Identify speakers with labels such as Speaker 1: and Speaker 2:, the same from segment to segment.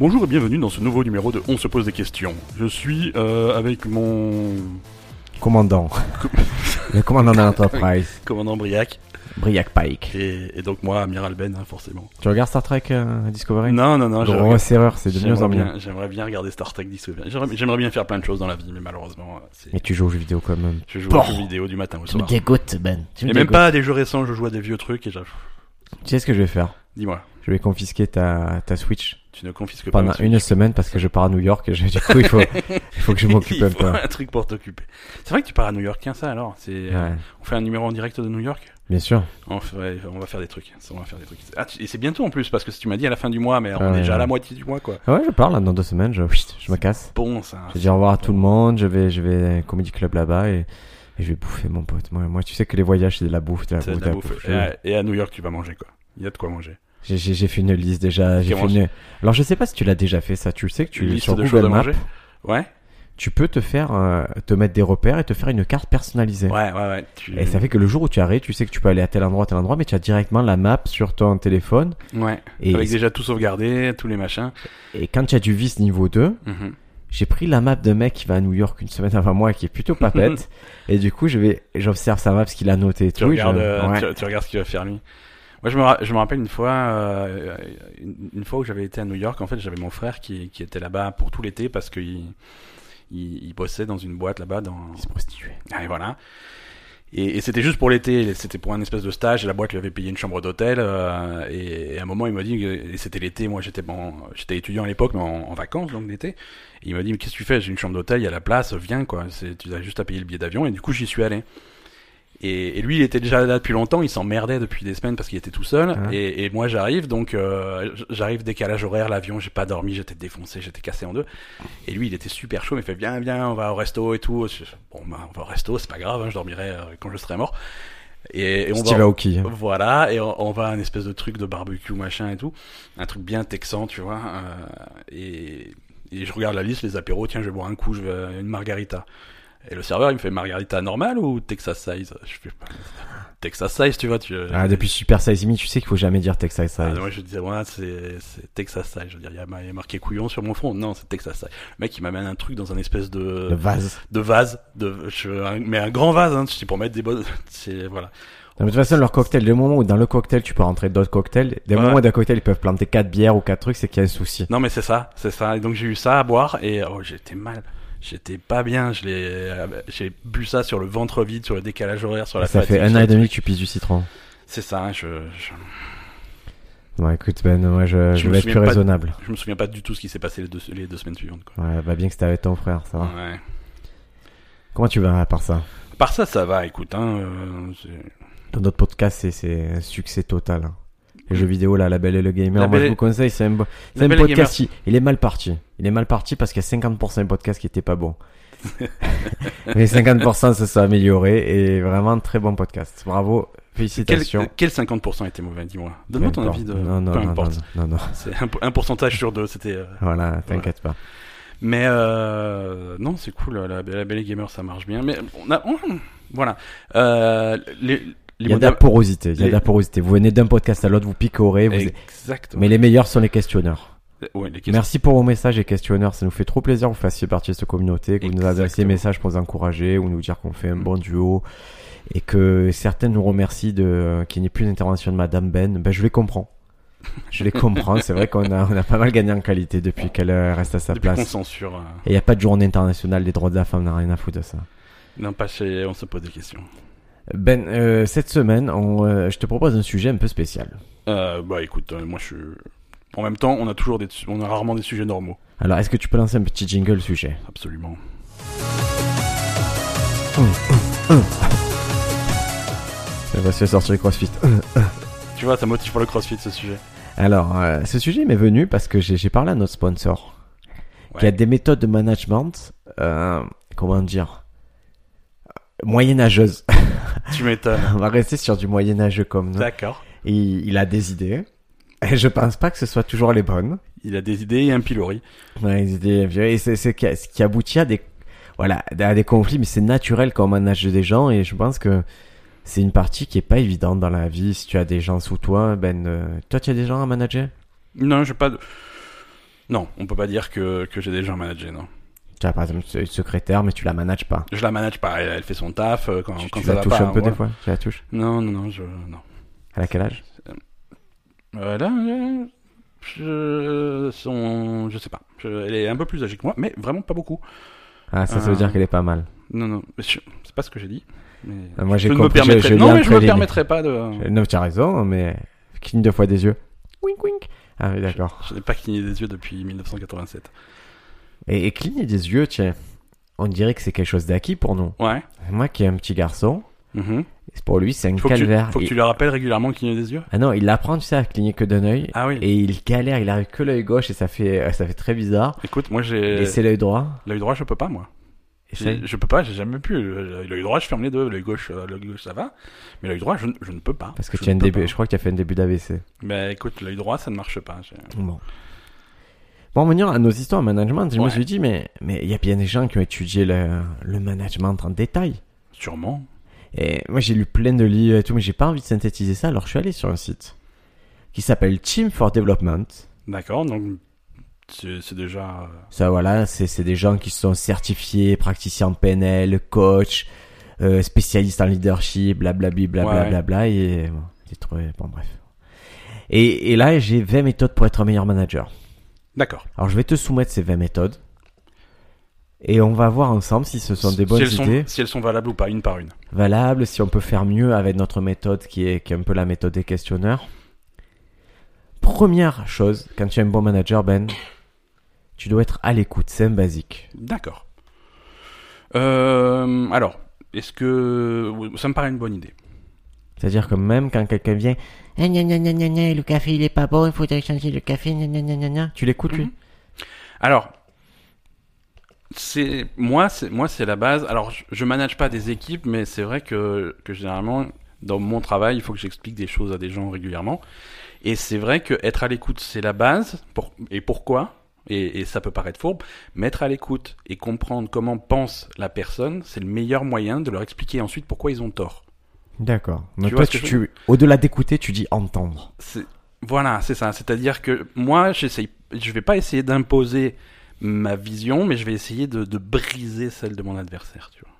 Speaker 1: Bonjour et bienvenue dans ce nouveau numéro de On se pose des questions. Je suis euh, avec mon
Speaker 2: Commandant. le commandant de l'Enterprise.
Speaker 1: commandant Briac
Speaker 2: Briac Pike.
Speaker 1: et, et donc moi, Amiral Ben, hein, forcément.
Speaker 2: Tu regardes Star Trek euh, Discovery
Speaker 1: Non, non, non, j'aimerais-
Speaker 2: Grosse erreur, c'est de mieux en
Speaker 1: j'aimerais
Speaker 2: mieux.
Speaker 1: bien, j'aimerais bien regarder Star Trek Discovery. J'aimerais j'aimerais bien faire plein de choses dans la vie, mais malheureusement, euh, c'est-
Speaker 2: Mais tu joues aux jeux vidéo quand même.
Speaker 1: je joue aux
Speaker 2: Bon.
Speaker 1: jeux vidéo du matin au
Speaker 3: Tu me
Speaker 1: soir.
Speaker 3: dégoûtes, Ben. Tu me
Speaker 1: Et même
Speaker 3: dégoûtes.
Speaker 1: pas à des jeux récents, je joue à des vieux trucs et j'ai-
Speaker 2: Tu sais ce que je vais faire
Speaker 1: Dis-moi,
Speaker 2: Je vais confisquer ta, ta Switch
Speaker 1: tu ne confisques pas.
Speaker 2: pendant
Speaker 1: ma
Speaker 2: une semaine parce que je pars à New York et je- du coup il faut, il faut que je m'occupe un
Speaker 1: Il faut
Speaker 2: peu.
Speaker 1: un truc pour t'occuper. C'est vrai que tu pars à New York, tiens ça alors. C'est, euh,
Speaker 2: Ouais,
Speaker 1: On fait un numéro en direct de New York
Speaker 2: bien sûr.
Speaker 1: on, fait- on va faire des trucs. On va faire des trucs. Ah, tu- et c'est bientôt en plus, parce que tu m'as dit à la fin du mois, mais on
Speaker 2: Ouais.
Speaker 1: est déjà à la moitié du mois quoi.
Speaker 2: Ah ouais, je pars là dans deux semaines, je, je me casse.
Speaker 1: Bon, ça.
Speaker 2: Je vais dire au revoir à tout le monde, je vais, je vais au comedy club là-bas et, et je vais bouffer mon pote. Moi, moi, tu sais que les voyages c'est de la bouffe, de la
Speaker 1: c'est
Speaker 2: bouffe,
Speaker 1: de
Speaker 2: de
Speaker 1: la
Speaker 2: la
Speaker 1: bouffe.
Speaker 2: bouffe.
Speaker 1: Et, à, et à New York, tu vas manger quoi. Il y a de quoi manger.
Speaker 2: J'ai- J'ai j'ai fait une liste déjà. J'ai fait
Speaker 1: Comment
Speaker 2: une... Alors je sais pas si tu l'as déjà fait ça. Tu sais que tu
Speaker 1: Une liste
Speaker 2: sur
Speaker 1: de choses
Speaker 2: Google
Speaker 1: à
Speaker 2: Maps,
Speaker 1: manger. Ouais.
Speaker 2: tu peux te faire euh, te mettre des repères et te faire une carte personnalisée.
Speaker 1: Ouais, ouais, ouais. Tu...
Speaker 2: Et ça fait que le jour où tu arrives, tu sais que tu peux aller à tel endroit, tel endroit, mais tu as directement la map sur ton téléphone.
Speaker 1: Ouais.
Speaker 2: Et,
Speaker 1: Avec déjà tout sauvegardé, tous les machins.
Speaker 2: et quand tu as du vice niveau 2,
Speaker 1: Mhm.
Speaker 2: j'ai pris la map d'un mec qui va à New York une semaine avant moi, qui est plutôt pas bête. et du coup, je vais, j'observe sa map, ce qu'il a noté et
Speaker 1: Tu,
Speaker 2: tout. et je-
Speaker 1: regardes, euh,
Speaker 2: ouais.
Speaker 1: tu, tu regardes ce qu'il va faire lui. Moi, je me, ra- je me rappelle une fois, euh, une, une fois où j'avais été à New York. En fait, j'avais mon frère qui, qui était là-bas pour tout l'été parce qu'il il, il bossait dans une boîte là-bas dans.
Speaker 2: Il se prostituait.
Speaker 1: Ah, Et voilà. Et, et c'était juste pour l'été, c'était pour un espèce de stage, et la boîte lui avait payé une chambre d'hôtel, euh, et, et à un moment il m'a dit, que- et c'était l'été, moi j'étais bon, j'étais étudiant à l'époque, mais en, en vacances, donc l'été, et il m'a dit, mais qu'est-ce que tu fais, j'ai une chambre d'hôtel, il y a la place, viens quoi, C'est- tu as juste à payer le billet d'avion, et du coup j'y suis allé. Et, et lui il était déjà là depuis longtemps, il s'emmerdait depuis des semaines parce qu'il était tout seul,
Speaker 2: Ah.
Speaker 1: et, et moi j'arrive, donc euh, j- j'arrive décalage horaire, l'avion, j'ai pas dormi, j'étais défoncé, j'étais cassé en deux, et lui, il était super chaud, il fait viens, viens, on va au resto et tout. Je- Bon, bah, on va au resto, c'est pas grave, hein, je dormirai euh, quand je serai mort. Et, et on
Speaker 2: Steve
Speaker 1: va.
Speaker 2: Aoki. hein.
Speaker 1: Voilà, et on, on va à un espèce de truc de barbecue, machin et tout. Un truc bien texan, tu vois. euh, et, et je regarde la liste, les apéros, tiens, je vais boire un coup, je vais, une margarita. Et le serveur, il me fait margarita normale ou Texas size Je fais pas. Texas size, tu vois. Tu,
Speaker 2: Ah, depuis Super Size Me, tu sais qu'il faut jamais dire Texas Size.
Speaker 1: ah, moi je disais, ouais, c'est c'est Texas Size. Je veux dire, il y a ma- il y a marqué couillon sur mon front. Non, c'est Texas Size. Le mec, il m'amène un truc dans un espèce de,
Speaker 2: Le vase.
Speaker 1: de vase. De, je, un- mais un grand vase, hein, c'est pour mettre des bonnes. C'est, voilà.
Speaker 2: Non, mais de toute façon, leur cocktail, le moment où dans le cocktail tu peux rentrer d'autres cocktails, des
Speaker 1: Ouais.
Speaker 2: moments où d'un cocktail ils peuvent planter quatre bières ou quatre trucs, c'est qu'il y a un souci.
Speaker 1: Non, mais c'est ça, c'est ça. Et donc, j'ai eu ça à boire et oh, j'étais mal. J'étais pas bien. Je l'ai, euh, j'ai bu ça sur le ventre vide, sur le décalage horaire, sur la
Speaker 2: ça
Speaker 1: fatigue,
Speaker 2: fait un
Speaker 1: sur
Speaker 2: an
Speaker 1: le
Speaker 2: et demi
Speaker 1: truc.
Speaker 2: que tu pisses du citron.
Speaker 1: C'est ça, hein, je, je,
Speaker 2: Bon, écoute, Ben, moi je,
Speaker 1: Je
Speaker 2: je
Speaker 1: me
Speaker 2: vais
Speaker 1: souviens
Speaker 2: être plus
Speaker 1: pas de-
Speaker 2: raisonnable.
Speaker 1: je me souviens pas du tout ce qui s'est passé les deux, les deux semaines suivantes. Quoi.
Speaker 2: Ouais, bah bien que c'était avec ton frère, ça va.
Speaker 1: Ouais.
Speaker 2: Comment tu vas à part ça
Speaker 1: Par ça, ça va, écoute. Hein, euh, c'est-
Speaker 2: Dans notre podcast, c'est- c'est un succès total. hein. Les jeux vidéo, là, La Belle et le Gamer,
Speaker 1: La
Speaker 2: moi je
Speaker 1: Belle et-
Speaker 2: vous conseille, c'est un, bo- c'est un
Speaker 1: Belle et le
Speaker 2: podcast qui... Il est mal parti. Il est mal parti parce qu'il y a 50% des podcasts qui étaient pas bons. Mais 50% se sont améliorés et vraiment très bon podcast. Bravo,
Speaker 1: Quel,
Speaker 2: félicitations.
Speaker 1: quel 50% était mauvais, dis-moi. Donne-moi
Speaker 2: Peu
Speaker 1: ton
Speaker 2: importe.
Speaker 1: avis de.
Speaker 2: Non, non,
Speaker 1: peu
Speaker 2: non,
Speaker 1: importe.
Speaker 2: non, non, non.
Speaker 1: C'est un, un pourcentage sur deux, c'était. euh,
Speaker 2: Voilà, t'inquiète
Speaker 1: Mais euh, non, c'est cool. La, la Belle et Gamer, ça marche bien. Mais on a. on- voilà. Euh, les, les
Speaker 2: pas. Il y a de la
Speaker 1: modables-
Speaker 2: porosité, il y a de
Speaker 1: les-
Speaker 2: la porosité. Vous venez d'un podcast à l'autre, vous picorez. Vous...
Speaker 1: Exactement. Euh,
Speaker 2: Mais les meilleurs sont les questionneurs.
Speaker 1: Ouais, les questions-
Speaker 2: Merci pour vos messages et questionneurs. Ça nous fait trop plaisir que vous fassiez partie de cette communauté, que vous nous adressiez des
Speaker 1: Exactement. Mm.
Speaker 2: messages pour nous encourager ou nous dire qu'on fait un bon duo et que certains nous remercient de euh, qu'il n'y ait plus d'intervention de Madame Ben. Ben, je les comprends. Je les comprends. C'est vrai qu'on a, on a pas mal gagné en qualité depuis qu'elle euh, reste à sa
Speaker 1: Depuis qu'on
Speaker 2: place.
Speaker 1: censure. euh,
Speaker 2: Et il n'y a pas de journée internationale des droits de la femme, on n'a rien à foutre de ça.
Speaker 1: non, pas chez. On se pose des questions.
Speaker 2: Ben, euh, cette semaine, on, euh, je te propose un sujet un peu spécial.
Speaker 1: Euh, bah écoute, euh, moi je suis. En même temps, on a toujours des. On a rarement des sujets normaux.
Speaker 2: Alors, est-ce que tu peux lancer un petit jingle sujet
Speaker 1: Absolument.
Speaker 2: Ça va se sortir CrossFit.
Speaker 1: Tu vois, ça motive pour le crossfit ce sujet.
Speaker 2: Alors, euh, ce sujet m'est venu parce que j'ai j'ai parlé à notre sponsor,
Speaker 1: Ouais.
Speaker 2: qui a des méthodes de management, euh, comment dire, moyenâgeuses.
Speaker 1: Tu m'étonnes.
Speaker 2: on va rester sur du moyenâgeux comme nous.
Speaker 1: D'accord.
Speaker 2: Et il a des idées. Et je pense pas que ce soit toujours les bonnes.
Speaker 1: Il a des idées et un pilori.
Speaker 2: Ouais, des idées vieux. Et c'est c'est qui- ce qui aboutit à des, voilà, à des conflits, mais c'est naturel quand on manage des gens. Et je pense que c'est une partie qui est pas évidente dans la vie. Si tu as des gens sous toi, ben, euh, toi, tu as des gens à manager
Speaker 1: Non, j'ai pas de. Non, on peut pas dire que, que j'ai des gens managés, non.
Speaker 2: Tu as par exemple une secrétaire, mais tu la manages pas.
Speaker 1: Je la manage pas, elle, elle fait son taf euh, quand,
Speaker 2: tu
Speaker 1: quand
Speaker 2: tu
Speaker 1: ça
Speaker 2: la
Speaker 1: va
Speaker 2: touches
Speaker 1: pas.
Speaker 2: un peu
Speaker 1: voilà.
Speaker 2: des fois Tu la touches
Speaker 1: Non, non, non, je, non.
Speaker 2: Elle a quel âge
Speaker 1: Euh, là, euh, je, son, je sais pas. Je- elle est un peu plus âgée que moi, mais vraiment pas beaucoup.
Speaker 2: Ah, ça, ça veut
Speaker 1: Euh,
Speaker 2: dire qu'elle est pas mal.
Speaker 1: Non, non, mais je- c'est pas ce que j'ai dit. mais
Speaker 2: Ah, moi,
Speaker 1: je
Speaker 2: j'ai
Speaker 1: ne me
Speaker 2: compris, je-
Speaker 1: permettrais-
Speaker 2: je lis
Speaker 1: non, mais
Speaker 2: entre
Speaker 1: je me
Speaker 2: les lignes.
Speaker 1: permettrais pas de.
Speaker 2: Euh, Non, tu as raison, mais cligne deux fois des yeux. Wink, wink. Ah oui, d'accord.
Speaker 1: Je n'ai pas cligné des yeux depuis 1987.
Speaker 2: Et, et cligner des yeux, tiens, on dirait que c'est quelque chose d'acquis pour nous.
Speaker 1: Ouais.
Speaker 2: Moi qui ai un petit garçon,
Speaker 1: Mhm.
Speaker 2: pour lui, c'est un
Speaker 1: Faut, que tu,
Speaker 2: calvaire.
Speaker 1: faut que
Speaker 2: Il-
Speaker 1: tu lui rappelles régulièrement de cligner des yeux.
Speaker 2: Ah non, il apprend, tu sais, à cligner que d'un œil.
Speaker 1: Ah oui.
Speaker 2: Et il galère, il arrive que l'œil gauche et ça fait, euh, ça fait très bizarre.
Speaker 1: Écoute, moi
Speaker 2: Et
Speaker 1: j'ai
Speaker 2: c'est l'œil droit.
Speaker 1: l'œil droit, je peux pas moi.
Speaker 2: Et
Speaker 1: J'ai-
Speaker 2: c'est-
Speaker 1: Euh, Je peux pas, j'ai jamais pu. Euh, L'œil droit, je ferme les deux. L'œil gauche, euh, l'œil gauche, ça va. Mais l'œil droit, je, ne- je ne peux pas.
Speaker 2: Parce que
Speaker 1: Je
Speaker 2: tu as un
Speaker 1: ne peux
Speaker 2: début,
Speaker 1: pas.
Speaker 2: je crois que tu as fait un début d'AVC.
Speaker 1: Mais écoute, l'œil droit, ça ne marche pas. J'ai-
Speaker 2: Bon. Bon, en venant à nos histoires de management, je me
Speaker 1: Ouais.
Speaker 2: suis dit, mais mais il y a bien des gens qui ont étudié le, le management en détail.
Speaker 1: Sûrement. Et
Speaker 2: Et moi, j'ai lu plein de livres et tout, mais j'ai pas envie de synthétiser ça, alors je suis allé sur un site qui s'appelle Team for Development.
Speaker 1: D'accord, donc c'est c'est déjà. euh,
Speaker 2: Ça, voilà, c'est c'est des gens qui sont certifiés, praticiens en PNL, coach, euh, spécialistes en leadership, blablabla,
Speaker 1: Ouais, ouais.
Speaker 2: blablabla, bla et bon, j'ai trouvé, bon, bref. Et, et là, j'ai 20 méthodes pour être un meilleur manager.
Speaker 1: D'accord.
Speaker 2: Alors, je vais te soumettre ces 20 méthodes. Et on va voir ensemble si ce sont des bonnes
Speaker 1: elles sont-
Speaker 2: idées
Speaker 1: si elles sont valables ou pas, une par une.
Speaker 2: valables, si on peut faire mieux avec notre méthode qui est, qui est un peu la méthode des questionneurs. Première chose, quand tu es un bon manager, Ben, tu dois être à l'écoute, c'est un basique.
Speaker 1: D'accord. Euh, alors, est-ce que. Ça me paraît une bonne idée.
Speaker 2: C'est-à-dire que même quand quelqu'un vient,
Speaker 3: Ah, gna, gna, gna, gna, gna, le café il est pas bon, il faudrait changer le café, gna, gna, gna, gna, gna.
Speaker 2: tu l'écoutes lui.
Speaker 1: Mhm. Alors, c'est moi, c'est moi, c'est la base. Alors, je, je manage pas des équipes, mais c'est vrai que, que généralement, dans mon travail, il faut que j'explique des choses à des gens régulièrement. Et c'est vrai que être à l'écoute, c'est la base. Pour, et pourquoi et, et ça peut paraître fourbe, mais être à l'écoute et comprendre comment pense la personne, c'est le meilleur moyen de leur expliquer ensuite pourquoi ils ont tort.
Speaker 2: D'accord. Mais
Speaker 1: Tu
Speaker 2: toi,
Speaker 1: vois ce
Speaker 2: tu,
Speaker 1: que je
Speaker 2: tu- au-delà d'écouter, tu dis entendre.
Speaker 1: C'est- Voilà, c'est ça. C'est-à-dire que moi, j'essaye, je vais pas essayer d'imposer ma vision, mais je vais essayer de, de briser celle de mon adversaire. Tu vois.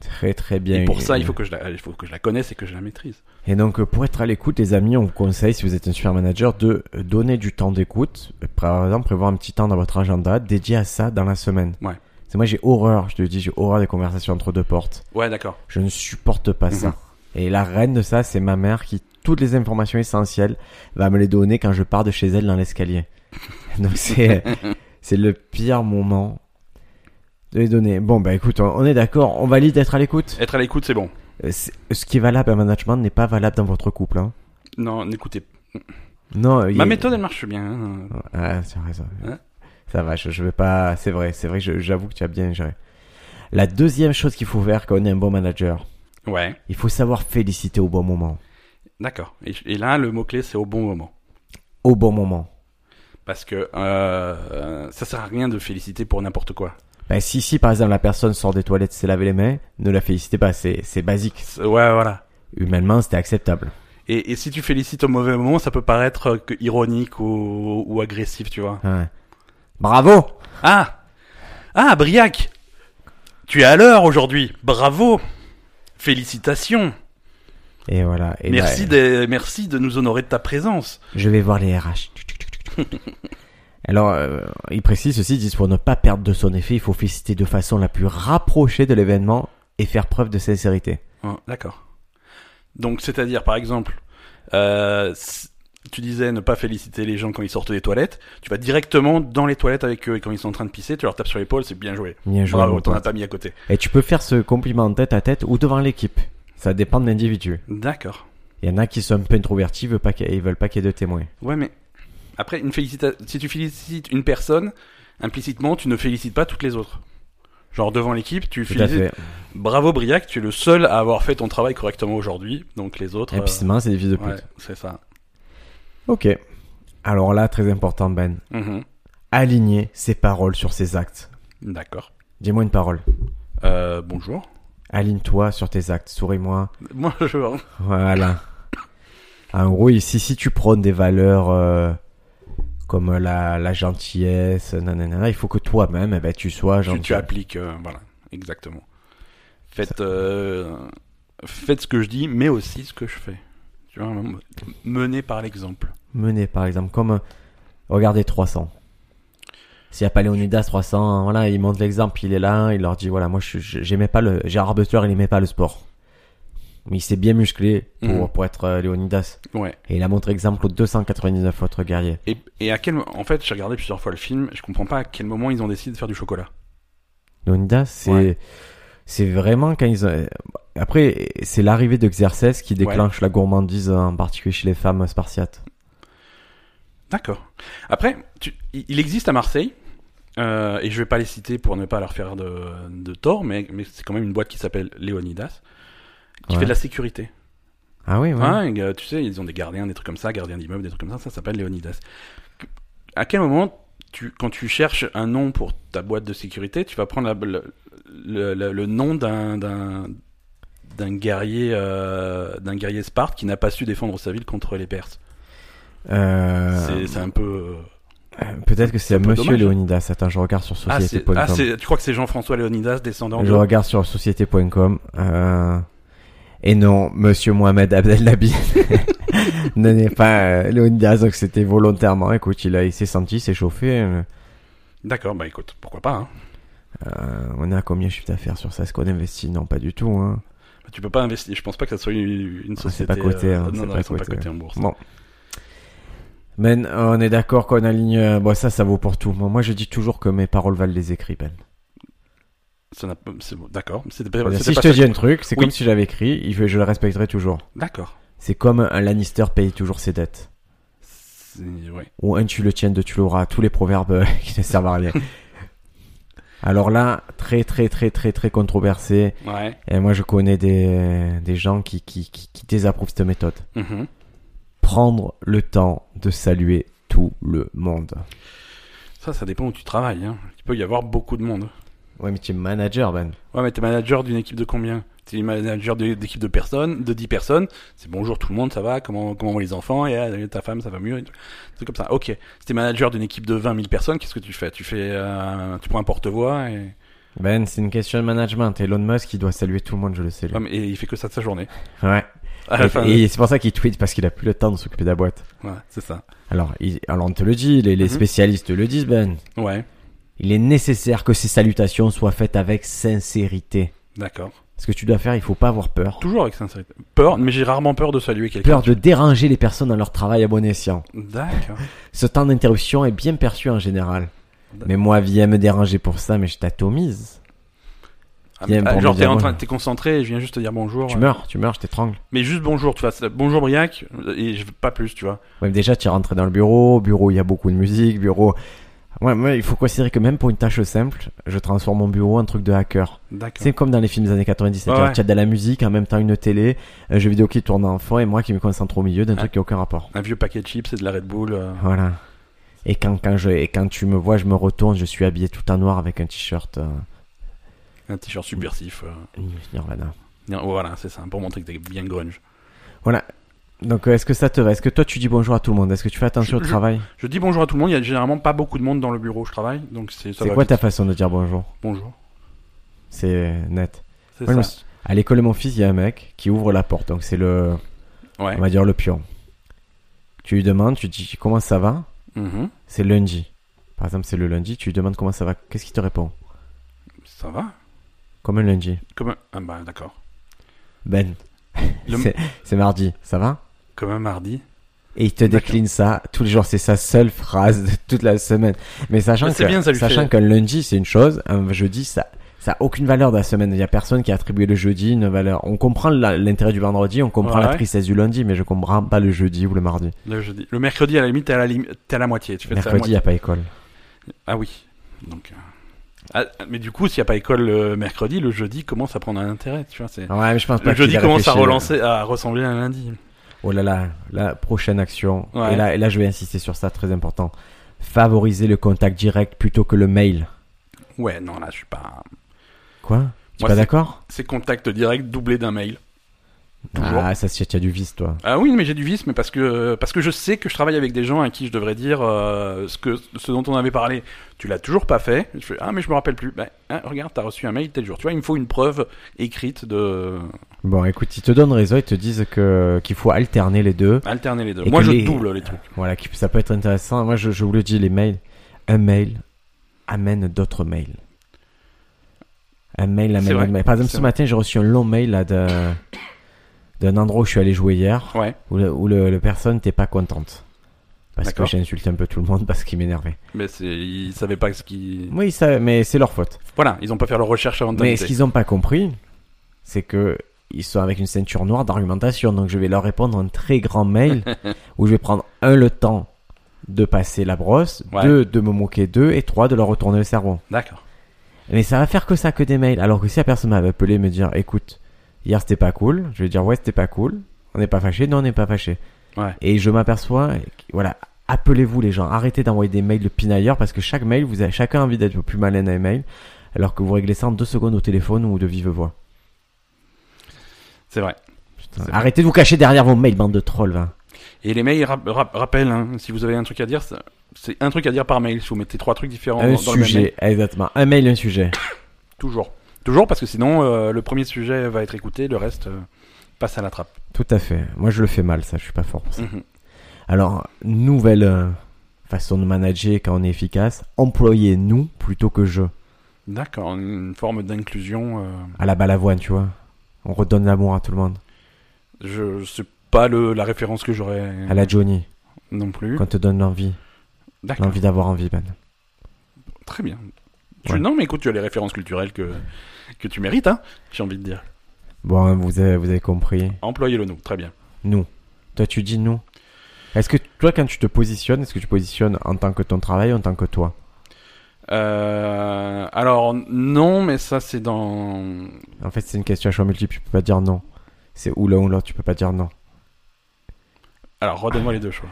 Speaker 2: Très très bien.
Speaker 1: Et pour ça, il faut que je la, il faut que je la connaisse et que je la maîtrise.
Speaker 2: Et donc, euh, pour être à l'écoute, les amis, on vous conseille, si vous êtes un super manager, de euh, donner du temps d'écoute. Euh, Par exemple, prévoir un petit temps dans votre agenda dédié à ça dans la semaine.
Speaker 1: Ouais.
Speaker 2: C'est moi, j'ai horreur, je te dis, j'ai horreur des conversations entre deux portes.
Speaker 1: Ouais, d'accord.
Speaker 2: Je ne supporte pas
Speaker 1: Mhm.
Speaker 2: ça. Et la reine de ça, c'est ma mère qui, toutes les informations essentielles, va me les donner quand je pars de chez elle dans l'escalier. donc, c'est, c'est le pire moment de les donner. Bon, bah écoute, on, on est d'accord, on valide d'être à l'écoute.
Speaker 1: Être à l'écoute, c'est bon.
Speaker 2: Euh, c'est- Ce qui est valable en management n'est pas valable dans votre couple, hein.
Speaker 1: Non, écoutez.
Speaker 2: Non, il y
Speaker 1: Ma
Speaker 2: a-
Speaker 1: méthode, elle marche bien. hein.
Speaker 2: Ah, tu as raison.
Speaker 1: Hein
Speaker 2: ça va, je, je vais pas. C'est vrai, c'est vrai, je- j'avoue que tu as bien géré. La deuxième chose qu'il faut faire quand on est un bon manager,
Speaker 1: Ouais,
Speaker 2: il faut savoir féliciter au bon moment.
Speaker 1: d'accord. Et, et là, le mot clé, c'est au bon moment.
Speaker 2: Au bon moment.
Speaker 1: Parce que euh, ça sert à rien de féliciter pour n'importe quoi.
Speaker 2: Ben, si, si par exemple la personne sort des toilettes, s'est lavé les mains, ne la félicitez pas, c'est c'est basique.
Speaker 1: C'est- Ouais, voilà.
Speaker 2: Humainement, c'était acceptable.
Speaker 1: Et, et si tu félicites au mauvais moment, ça peut paraître euh, que ironique ou, ou agressif, tu vois.
Speaker 2: Ouais. Bravo
Speaker 1: Ah Ah, Briac Tu es à l'heure aujourd'hui. Bravo Félicitations
Speaker 2: Et voilà. Et
Speaker 1: merci,
Speaker 2: là,
Speaker 1: de, merci de nous honorer de ta présence.
Speaker 2: Je vais voir les RH. Alors, euh, il précise ceci, ils disent pour ne pas perdre de son effet, il faut féliciter de façon la plus rapprochée de l'événement et faire preuve de sincérité.
Speaker 1: Ah, D'accord. Donc, c'est-à-dire, par exemple, euh, s- tu disais ne pas féliciter les gens quand ils sortent des toilettes. Tu vas directement dans les toilettes avec eux et quand ils sont en train de pisser, tu leur tapes sur l'épaule, c'est bien joué.
Speaker 2: Bien joué,
Speaker 1: Bravo,
Speaker 2: mon
Speaker 1: t'en as
Speaker 2: pote.
Speaker 1: pas mis à côté.
Speaker 2: Et tu peux faire ce compliment tête à tête ou devant l'équipe. Ça dépend de l'individu.
Speaker 1: D'accord.
Speaker 2: Il y en a qui sont un peu introvertis, ils veulent pas qu'il y ait- ils veulent pas qu'il y ait de témoins.
Speaker 1: Ouais, mais après, une félicita- si tu félicites une personne, implicitement, tu ne félicites pas toutes les autres. Genre devant l'équipe, tu
Speaker 2: Tout à
Speaker 1: félicites.
Speaker 2: fait.
Speaker 1: Bravo Briac, tu es le seul à avoir fait ton travail correctement aujourd'hui, donc les autres.
Speaker 2: Et puis, c'est marrant, c'est des fils de
Speaker 1: euh,
Speaker 2: pute.
Speaker 1: ouais, c'est ça.
Speaker 2: Ok. Alors là, très important, Ben.
Speaker 1: Mhm.
Speaker 2: Aligner ses paroles sur ses actes.
Speaker 1: D'accord.
Speaker 2: Dis-moi une parole.
Speaker 1: Euh, bonjour.
Speaker 2: Aligne-toi sur tes actes. Souris-moi.
Speaker 1: Bonjour.
Speaker 2: Voilà. En gros, si, si tu prônes des valeurs euh, comme la, la gentillesse, nanana. Il faut que toi-même, eh ben, tu sois
Speaker 1: tu,
Speaker 2: gentil.
Speaker 1: tu appliques, euh, voilà, exactement. Faites, euh, faites ce que je dis, mais aussi ce que je fais. Tu vois, m- mener par l'exemple.
Speaker 2: Mené, par exemple, comme euh, regardez 300. S'il y a Paléonidas 300, hein, voilà, il montre l'exemple, il est là, il leur dit voilà, moi je je- j'aimais pas le Gérard Butler, il aimait pas le sport. Mais il s'est bien musclé pour,
Speaker 1: Mhm.
Speaker 2: pour être euh, Léonidas.
Speaker 1: Ouais.
Speaker 2: Et il a montré exemple aux 299 autres guerriers.
Speaker 1: Et, et à quel mo- en fait, j'ai regardé plusieurs fois le film, je comprends pas à quel moment ils ont décidé de faire du chocolat.
Speaker 2: Leonidas, c'est
Speaker 1: Ouais.
Speaker 2: c'est vraiment quand ils ont... euh, après c'est l'arrivée de Xerxes qui déclenche la gourmandise euh, en particulier chez les femmes spartiates.
Speaker 1: D'accord. Après, tu- il il existe à Marseille, euh, et je vais pas les citer pour ne pas leur faire de, de tort, mais, mais c'est quand même une boîte qui s'appelle Léonidas, qui
Speaker 2: Ouais.
Speaker 1: fait de la sécurité.
Speaker 2: Ah oui, ouais.
Speaker 1: Hein, et, euh, tu sais, ils ont des gardiens, des trucs comme ça, gardiens d'immeubles, des trucs comme ça, ça s'appelle Léonidas. À quel moment, tu, quand tu cherches un nom pour ta boîte de sécurité, tu vas prendre la- le, le- le- le nom d'un, d'un, d'un guerrier, euh, d'un guerrier sparte qui n'a pas su défendre sa ville contre les Perses.
Speaker 2: Euh,
Speaker 1: C'est, c'est un peu. euh,
Speaker 2: euh, Peut-être que c'est
Speaker 1: un peu
Speaker 2: Monsieur
Speaker 1: dommage.
Speaker 2: Leonidas. Attends, je regarde sur
Speaker 1: Ah, c'est,
Speaker 2: société.com.
Speaker 1: ah, c'est- tu crois que c'est Jean-François Léonidas, descendant
Speaker 2: je
Speaker 1: de.
Speaker 2: regarde sur société.com. Euh... Et non, Monsieur Mohamed Abdelnabi n'est pas euh, Leonidas, donc c'était volontairement. Écoute, il, a- il s'est senti, il s'est chauffé. euh,
Speaker 1: D'accord, bah écoute, pourquoi pas. hein.
Speaker 2: euh, on a combien de chiffre d'affaires sur ça Est-ce qu'on investit Non, pas du tout. Hein.
Speaker 1: Bah, Tu peux pas investir. Je pense pas que ça soit une, une
Speaker 2: Ah, c'est
Speaker 1: société.
Speaker 2: pas coté,
Speaker 1: euh,
Speaker 2: hein,
Speaker 1: non,
Speaker 2: c'est
Speaker 1: non,
Speaker 2: pas
Speaker 1: ils sont pas
Speaker 2: coté.
Speaker 1: cotés en bourse.
Speaker 2: Bon. Ben, on est d'accord qu'on aligne. euh, Bon, ça, ça vaut pour tout. Moi, moi, je dis toujours que mes paroles valent les écrits, Ben.
Speaker 1: Ça n'a pas- c'est bon, d'accord. C'était pas-
Speaker 2: C'est-à-dire,
Speaker 1: c'était
Speaker 2: si je
Speaker 1: pas
Speaker 2: te
Speaker 1: ça-
Speaker 2: dis un truc, c'est
Speaker 1: Oui.
Speaker 2: comme si j'avais écrit, il- je, je le respecterai toujours.
Speaker 1: D'accord.
Speaker 2: C'est comme un Lannister paye toujours ses dettes.
Speaker 1: C'est- ouais.
Speaker 2: Ou un tu le tiennes, deux tu l'auras. Tous les proverbes euh, qui ne servent à rien. Alors là, très, très, très, très, très controversé.
Speaker 1: Ouais.
Speaker 2: Et moi, je connais des, des gens qui, qui, qui, qui désapprouvent cette méthode.
Speaker 1: Mhm.
Speaker 2: Prendre le temps de saluer tout le monde.
Speaker 1: Ça, ça dépend où tu travailles. Hein. Il peut y avoir beaucoup de monde.
Speaker 2: Ouais, mais tu es manager, Ben.
Speaker 1: Ouais, mais t'es manager d'une équipe de combien T'es manager de- d'équipe de personnes, de 10 personnes. C'est bonjour tout le monde, ça va Comment comment vont les enfants Et ah, ta femme, ça va mieux C'est comme ça. Ok. Si t'es manager d'une équipe de 20 000 personnes, qu'est-ce que tu fais Tu fais, euh, tu prends un porte-voix et...
Speaker 2: Ben, c'est une question de management. Elon Musk, il doit saluer tout le monde, je le sais. lui.
Speaker 1: Ouais, mais- et il fait que ça de sa journée.
Speaker 2: Ouais.
Speaker 1: À la fin,
Speaker 2: Et, et c'est pour ça qu'il tweet parce qu'il a plus le temps de s'occuper de la boîte.
Speaker 1: ouais, c'est ça.
Speaker 2: Alors, il- alors on te le dit, les, les
Speaker 1: Mhm.
Speaker 2: spécialistes le disent, Ben.
Speaker 1: Ouais,
Speaker 2: Il est nécessaire que ces salutations soient faites avec sincérité.
Speaker 1: d'accord.
Speaker 2: Ce que tu dois faire, il faut pas avoir peur.
Speaker 1: Toujours avec sincérité. Peur, mais j'ai rarement peur de saluer quelqu'un.
Speaker 2: Peur de déranger les personnes dans leur travail à bon escient.
Speaker 1: D'accord.
Speaker 2: Ce temps d'interruption est bien perçu en général.
Speaker 1: D'accord.
Speaker 2: Mais moi, viens me déranger pour ça, mais je t'atomise.
Speaker 1: Ah,
Speaker 2: Bien, pour
Speaker 1: genre
Speaker 2: me
Speaker 1: t'es
Speaker 2: dire
Speaker 1: en train,
Speaker 2: bonjour.
Speaker 1: t'es concentré, et je viens juste te dire bonjour.
Speaker 2: Tu meurs, tu meurs, je t'étrangle.
Speaker 1: Mais juste bonjour, tu vois. c'est- Bonjour Briac, et je veux pas plus, tu vois.
Speaker 2: Ouais, mais déjà, tu es rentré dans le bureau, bureau, il y a beaucoup de musique, bureau. Ouais, ouais, il faut considérer que même pour une tâche simple, je transforme mon bureau en truc de hacker.
Speaker 1: D'accord.
Speaker 2: C'est comme dans les films des années 90,
Speaker 1: Ouais,
Speaker 2: c'est-à-dire
Speaker 1: ouais.
Speaker 2: tu as de la musique, en même temps une télé, un jeu vidéo qui tourne en fond et moi qui me concentre au milieu d'un truc qui n'a aucun rapport.
Speaker 1: Un vieux paquet de chips et de la Red Bull. euh.
Speaker 2: Voilà. Et quand, quand, je, et quand tu me vois, je me retourne, je suis habillé tout en noir avec un t-shirt euh,
Speaker 1: Un t-shirt subversif. euh.
Speaker 2: Nirvana.
Speaker 1: Bien, Voilà, c'est ça, pour montrer que t'es bien grunge.
Speaker 2: Donc euh, est-ce que ça te va Est-ce que toi tu dis bonjour à tout le monde Est-ce que tu fais attention au
Speaker 1: Je- je-
Speaker 2: travail
Speaker 1: Je dis bonjour à tout le monde, il y a généralement pas beaucoup de monde dans le bureau où je travaille, donc c'est ça
Speaker 2: C'est
Speaker 1: va
Speaker 2: quoi
Speaker 1: vite.
Speaker 2: ta façon de dire bonjour
Speaker 1: Bonjour.
Speaker 2: C'est net.
Speaker 1: C'est
Speaker 2: Moi, je me
Speaker 1: ça.
Speaker 2: suis- À l'école de mon fils, il y a un mec qui ouvre la porte, donc c'est le,
Speaker 1: Ouais.
Speaker 2: on va dire le pion. Tu lui demandes, tu dis comment ça va
Speaker 1: Mhm.
Speaker 2: C'est lundi. Par exemple, c'est le lundi, tu lui demandes comment ça va. Qu'est-ce qu'il te répond
Speaker 1: Ça va
Speaker 2: Comme un lundi.
Speaker 1: Comme un... Ah bah d'accord.
Speaker 2: Ben,
Speaker 1: Le-
Speaker 2: c'est- c'est mardi, ça va
Speaker 1: Comme un mardi.
Speaker 2: Et il te
Speaker 1: D'accord.
Speaker 2: décline ça tous les jours, c'est sa seule phrase de toute la semaine. Mais sachant
Speaker 1: Mais c'est
Speaker 2: que,
Speaker 1: bien, ça lui
Speaker 2: sachant
Speaker 1: fait-
Speaker 2: qu'un lundi c'est une chose, un jeudi ça, ça a aucune valeur de la semaine. Il y a personne qui a attribué le jeudi une valeur. On comprend la- l'intérêt du vendredi, on comprend
Speaker 1: Ouais.
Speaker 2: la tristesse du lundi, mais je comprends pas le jeudi ou le mardi.
Speaker 1: Le jeudi. Le mercredi, à la limite, t'es à la, lim- t'es à la moitié. Tu fais ça à la
Speaker 2: Mercredi, il y a pas école.
Speaker 1: Ah oui. Donc. euh, ah, mais du coup, s'il n'y a pas école le mercredi, le jeudi commence à prendre un intérêt, tu vois. C'est...
Speaker 2: Ouais, mais je pense pas.
Speaker 1: Le
Speaker 2: qu'il
Speaker 1: jeudi
Speaker 2: va
Speaker 1: commence à
Speaker 2: réfléchir.
Speaker 1: relancer, à ressembler à un lundi.
Speaker 2: Oh là là, la prochaine action.
Speaker 1: Ouais.
Speaker 2: Et là, et là, je vais insister sur ça, très important. Favoriser le contact direct plutôt que le mail.
Speaker 1: Ouais, non, là, je suis pas.
Speaker 2: Quoi Tu es
Speaker 1: Moi,
Speaker 2: pas
Speaker 1: c'est-
Speaker 2: d'accord
Speaker 1: C'est contact direct doublé d'un mail. Toujours.
Speaker 2: Ah, ça, c'est- tu as du vice, toi.
Speaker 1: Ah oui, mais j'ai du vice, mais parce que parce que je sais que je travaille avec des gens à qui je devrais dire euh, ce que ce dont on avait parlé. Tu l'as toujours pas fait. Je fais, ah mais je me rappelle plus. Ben, hein, regarde, t'as reçu un mail tel jour. Tu vois, il me faut une preuve écrite de
Speaker 2: Bon, écoute, ils te donnent raison, ils te disent que qu'il faut alterner les deux.
Speaker 1: alterner les deux.
Speaker 2: Et
Speaker 1: Moi,
Speaker 2: que
Speaker 1: je
Speaker 2: les-
Speaker 1: double les trucs.
Speaker 2: Voilà, qui- ça peut être intéressant. Moi, je, je vous le dis, les mails, un mail amène d'autres mails. Un mail
Speaker 1: C'est
Speaker 2: amène
Speaker 1: vrai.
Speaker 2: d'autres mails. Par exemple,
Speaker 1: C'est
Speaker 2: ce
Speaker 1: vrai.
Speaker 2: matin, j'ai reçu un long mail là, d'un d'un endroit où je suis allé jouer hier,
Speaker 1: Ouais.
Speaker 2: où le, où le, le personne n'était pas contente. Parce que
Speaker 1: D'accord.
Speaker 2: j'ai insulté un peu tout le monde parce qu'il m'énervait.
Speaker 1: Mais c'est ils savaient pas ce qui.
Speaker 2: Oui, ça, mais c'est leur faute.
Speaker 1: Voilà, ils ont pas fait leur recherche avant de
Speaker 2: Mais ce
Speaker 1: t'inviter.
Speaker 2: qu'ils n'ont pas compris, c'est que ils sont avec une ceinture noire d'argumentation. Donc je vais leur répondre un très grand mail où je vais prendre un le temps de passer la brosse,
Speaker 1: Ouais.
Speaker 2: deux de me moquer d'eux et trois de leur retourner le cerveau.
Speaker 1: D'accord.
Speaker 2: Mais ça va faire que ça, que des mails. Alors que si la personne m'avait appelé et me dire, écoute, hier c'était pas cool, je vais dire ouais c'était pas cool, on n'est pas fâché, non on n'est pas fâché.
Speaker 1: Ouais.
Speaker 2: Et je m'aperçois, que- voilà, appelez-vous les gens, arrêtez d'envoyer des mails de pinailleurs parce que chaque mail, vous avez, chacun a envie d'être le plus malin à un mail, alors que vous réglez ça en deux secondes au téléphone ou de vive voix.
Speaker 1: C'est vrai.
Speaker 2: Putain,
Speaker 1: C'est vrai.
Speaker 2: Arrêtez de vous cacher derrière vos mails, bande de trolls. hein. va.
Speaker 1: Et les mails rap- rap- rappellent. hein, si vous avez un truc à dire, ça- c'est un truc à dire par mail. Si vous mettez trois trucs différents
Speaker 2: Un
Speaker 1: dans dans le même mail,
Speaker 2: sujet, exactement. Un mail, un sujet.
Speaker 1: toujours, toujours, parce que sinon euh, le premier sujet va être écouté, le reste euh, passe à la trappe.
Speaker 2: Tout à fait. Moi, je le fais mal, ça. Je suis pas fort pour ça.
Speaker 1: Mhm.
Speaker 2: Alors, nouvelle euh, façon de manager quand on est efficace. Employez nous plutôt que je.
Speaker 1: D'accord, une forme d'inclusion. euh,
Speaker 2: À la balavoine, tu vois. On redonne l'amour à tout le monde.
Speaker 1: je je sais pas le, la référence que j'aurais
Speaker 2: À la Johnny.
Speaker 1: non plus.
Speaker 2: Quand on te donne l'envie.
Speaker 1: Mhm. D'accord,
Speaker 2: L'envie d'avoir envie, Ben.
Speaker 1: très bien. Tu-
Speaker 2: Ouais.
Speaker 1: Non, mais écoute, tu as les références culturelles que, que tu mérites, hein, j'ai envie de dire.
Speaker 2: Bon, hein, vous avez, vous avez compris.
Speaker 1: Employez-le nous, très bien.
Speaker 2: Nous. Toi, tu dis nous. Est-ce que toi, quand tu te positionnes, est-ce que tu positionnes en tant que ton travail ou en tant que toi
Speaker 1: Euh, alors, non, mais ça, c'est dans.
Speaker 2: En fait, c'est une question à choix multiple. Tu peux pas dire non. C'est ou l'un ou l'autre. Tu peux pas dire non.
Speaker 1: Alors, redonne-moi les deux choix.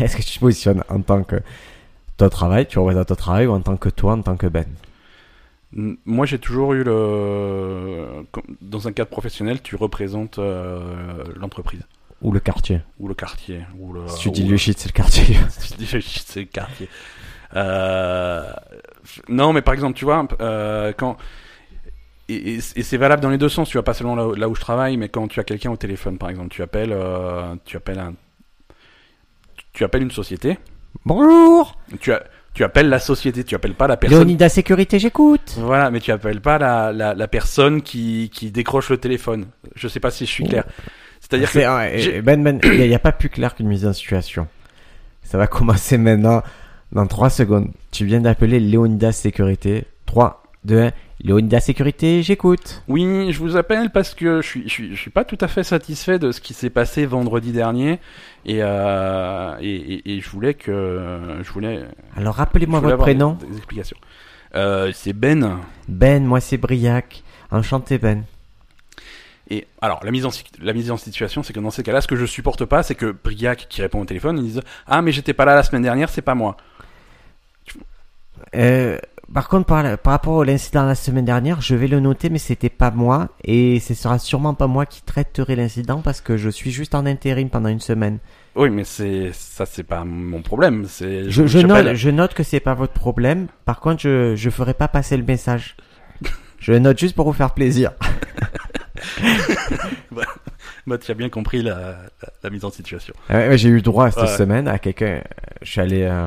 Speaker 2: Est-ce que tu te positionnes en tant que ton travail, tu représentes ton travail, ou en tant que toi, en tant que Ben
Speaker 1: N- Moi, j'ai toujours eu le. comme- Dans un cadre professionnel, tu représentes euh, l'entreprise,
Speaker 2: Ou le quartier
Speaker 1: ou le quartier, ou le.
Speaker 2: Si tu
Speaker 1: ou
Speaker 2: dis
Speaker 1: le-
Speaker 2: le shit, c'est le quartier.
Speaker 1: Tu dis, je- je- c'est le quartier. Euh, non, mais par exemple, tu vois, euh, quand. Et, et- et c'est valable dans les deux sens, tu vois, pas seulement là, où- là où je travaille, mais quand tu as quelqu'un au téléphone, par exemple, tu appelles, euh, tu appelles un. Tu appelles une société,
Speaker 2: Bonjour
Speaker 1: tu, as, tu appelles la société, tu appelles pas la personne.
Speaker 2: Léonida Sécurité, j'écoute
Speaker 1: Voilà, mais tu appelles pas la, la, la personne qui, qui décroche le téléphone. Je sais pas si je suis clair. C'est-à-dire que.
Speaker 2: C'est- ouais,
Speaker 1: j'ai-
Speaker 2: Ben, Ben, il n'y a, pas plus clair qu'une mise en situation. Ça va commencer maintenant, dans 3 secondes. Tu viens d'appeler Léonida Sécurité. 3, 2, 1. Léonida Sécurité, j'écoute.
Speaker 1: Oui, je vous appelle parce que je suis, je suis, je suis pas tout à fait satisfait de ce qui s'est passé vendredi dernier et, euh, et, et, et je voulais que je voulais.
Speaker 2: Alors
Speaker 1: je voulais
Speaker 2: rappelez-moi votre
Speaker 1: avoir des-
Speaker 2: prénom.
Speaker 1: Des, explications. Euh, c'est Ben.
Speaker 2: Ben, moi c'est Briac. Enchanté Ben.
Speaker 1: Et alors la mise en si- la mise en situation, c'est que dans ces cas-là, ce que je supporte pas, c'est que Briac qui répond au téléphone, il dise ah mais j'étais pas là la semaine dernière, c'est pas moi.
Speaker 2: Euh, par contre, par, par rapport à l'incident de la semaine dernière, je vais le noter, mais c'était pas moi, et ce sera sûrement pas moi qui traiterai l'incident parce que je suis juste en intérim pendant une semaine.
Speaker 1: Oui, mais c'est ça, c'est pas mon problème. C'est
Speaker 2: Je, je
Speaker 1: j'appelle-
Speaker 2: note, je note que c'est pas votre problème. Par contre, je, je ferai pas passer le message. Je le note juste pour vous faire plaisir.
Speaker 1: Bah, tu as bien compris la, la, la mise en situation.
Speaker 2: Ah Ouais, ouais, j'ai eu droit cette
Speaker 1: Ouais.
Speaker 2: semaine à quelqu'un. Je suis allé, euh,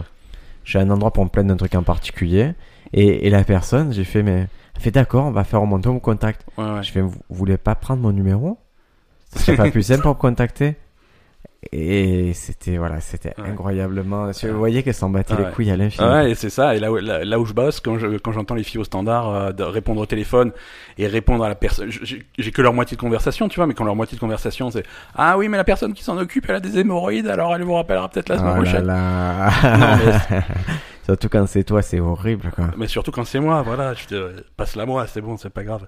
Speaker 2: je suis à un endroit pour me plaindre d'un truc en particulier, et, et la personne, j'ai fait mais, elle fait d'accord, on va faire remonter mon contact.
Speaker 1: Ouais, ouais.
Speaker 2: Je fais, vous vous voulez pas prendre mon numéro Ce serait pas plus simple pour me contacter Et c'était, voilà, c'était
Speaker 1: Ouais.
Speaker 2: incroyablement... Si vous voyez qu'elle s'en battait
Speaker 1: Ouais.
Speaker 2: les couilles à l'infini.
Speaker 1: Ah Ouais, et c'est ça. Et là où, là, là où je bosse, quand je, quand j'entends les filles au standard euh, de répondre au téléphone et répondre à la personne, j'ai j'ai que leur moitié de conversation, tu vois, mais quand leur moitié de conversation, c'est ah oui, mais la personne qui s'en occupe, elle a des hémorroïdes, alors elle vous rappellera peut-être la
Speaker 2: Oh
Speaker 1: semaine
Speaker 2: là
Speaker 1: prochaine.
Speaker 2: là.
Speaker 1: Non,
Speaker 2: Surtout quand c'est toi, c'est horrible, quoi.
Speaker 1: Mais surtout quand c'est moi, voilà, je te passe la moi, c'est bon, c'est pas grave.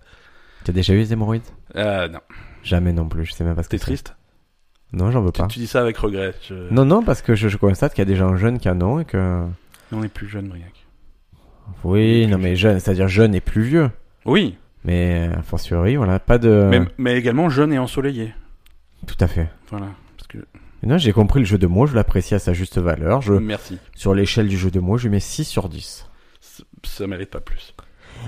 Speaker 2: T'as déjà eu des hémorroïdes
Speaker 1: Euh, non,
Speaker 2: Jamais non plus, je sais même pas ce que
Speaker 1: t'es
Speaker 2: c'est.
Speaker 1: triste.
Speaker 2: Non, j'en veux
Speaker 1: Tu,
Speaker 2: pas.
Speaker 1: tu dis ça avec regret. Je-
Speaker 2: Non, non, parce que je, je constate qu'il y a des gens jeunes qui en ont et que...
Speaker 1: On est plus jeune, Briac.
Speaker 2: Oui, non, mais jeune, c'est-à-dire jeune et plus vieux.
Speaker 1: Oui,
Speaker 2: Mais, euh, a fortiori, voilà, pas de...
Speaker 1: mais, mais également jeune et ensoleillé.
Speaker 2: Tout à fait.
Speaker 1: Voilà. Parce que...
Speaker 2: Et non, j'ai compris le jeu de mots, je l'apprécie à sa juste valeur. Je,
Speaker 1: Merci.
Speaker 2: sur l'échelle du jeu de mots, je lui mets 6 sur 10.
Speaker 1: Ça- Ça mérite pas plus.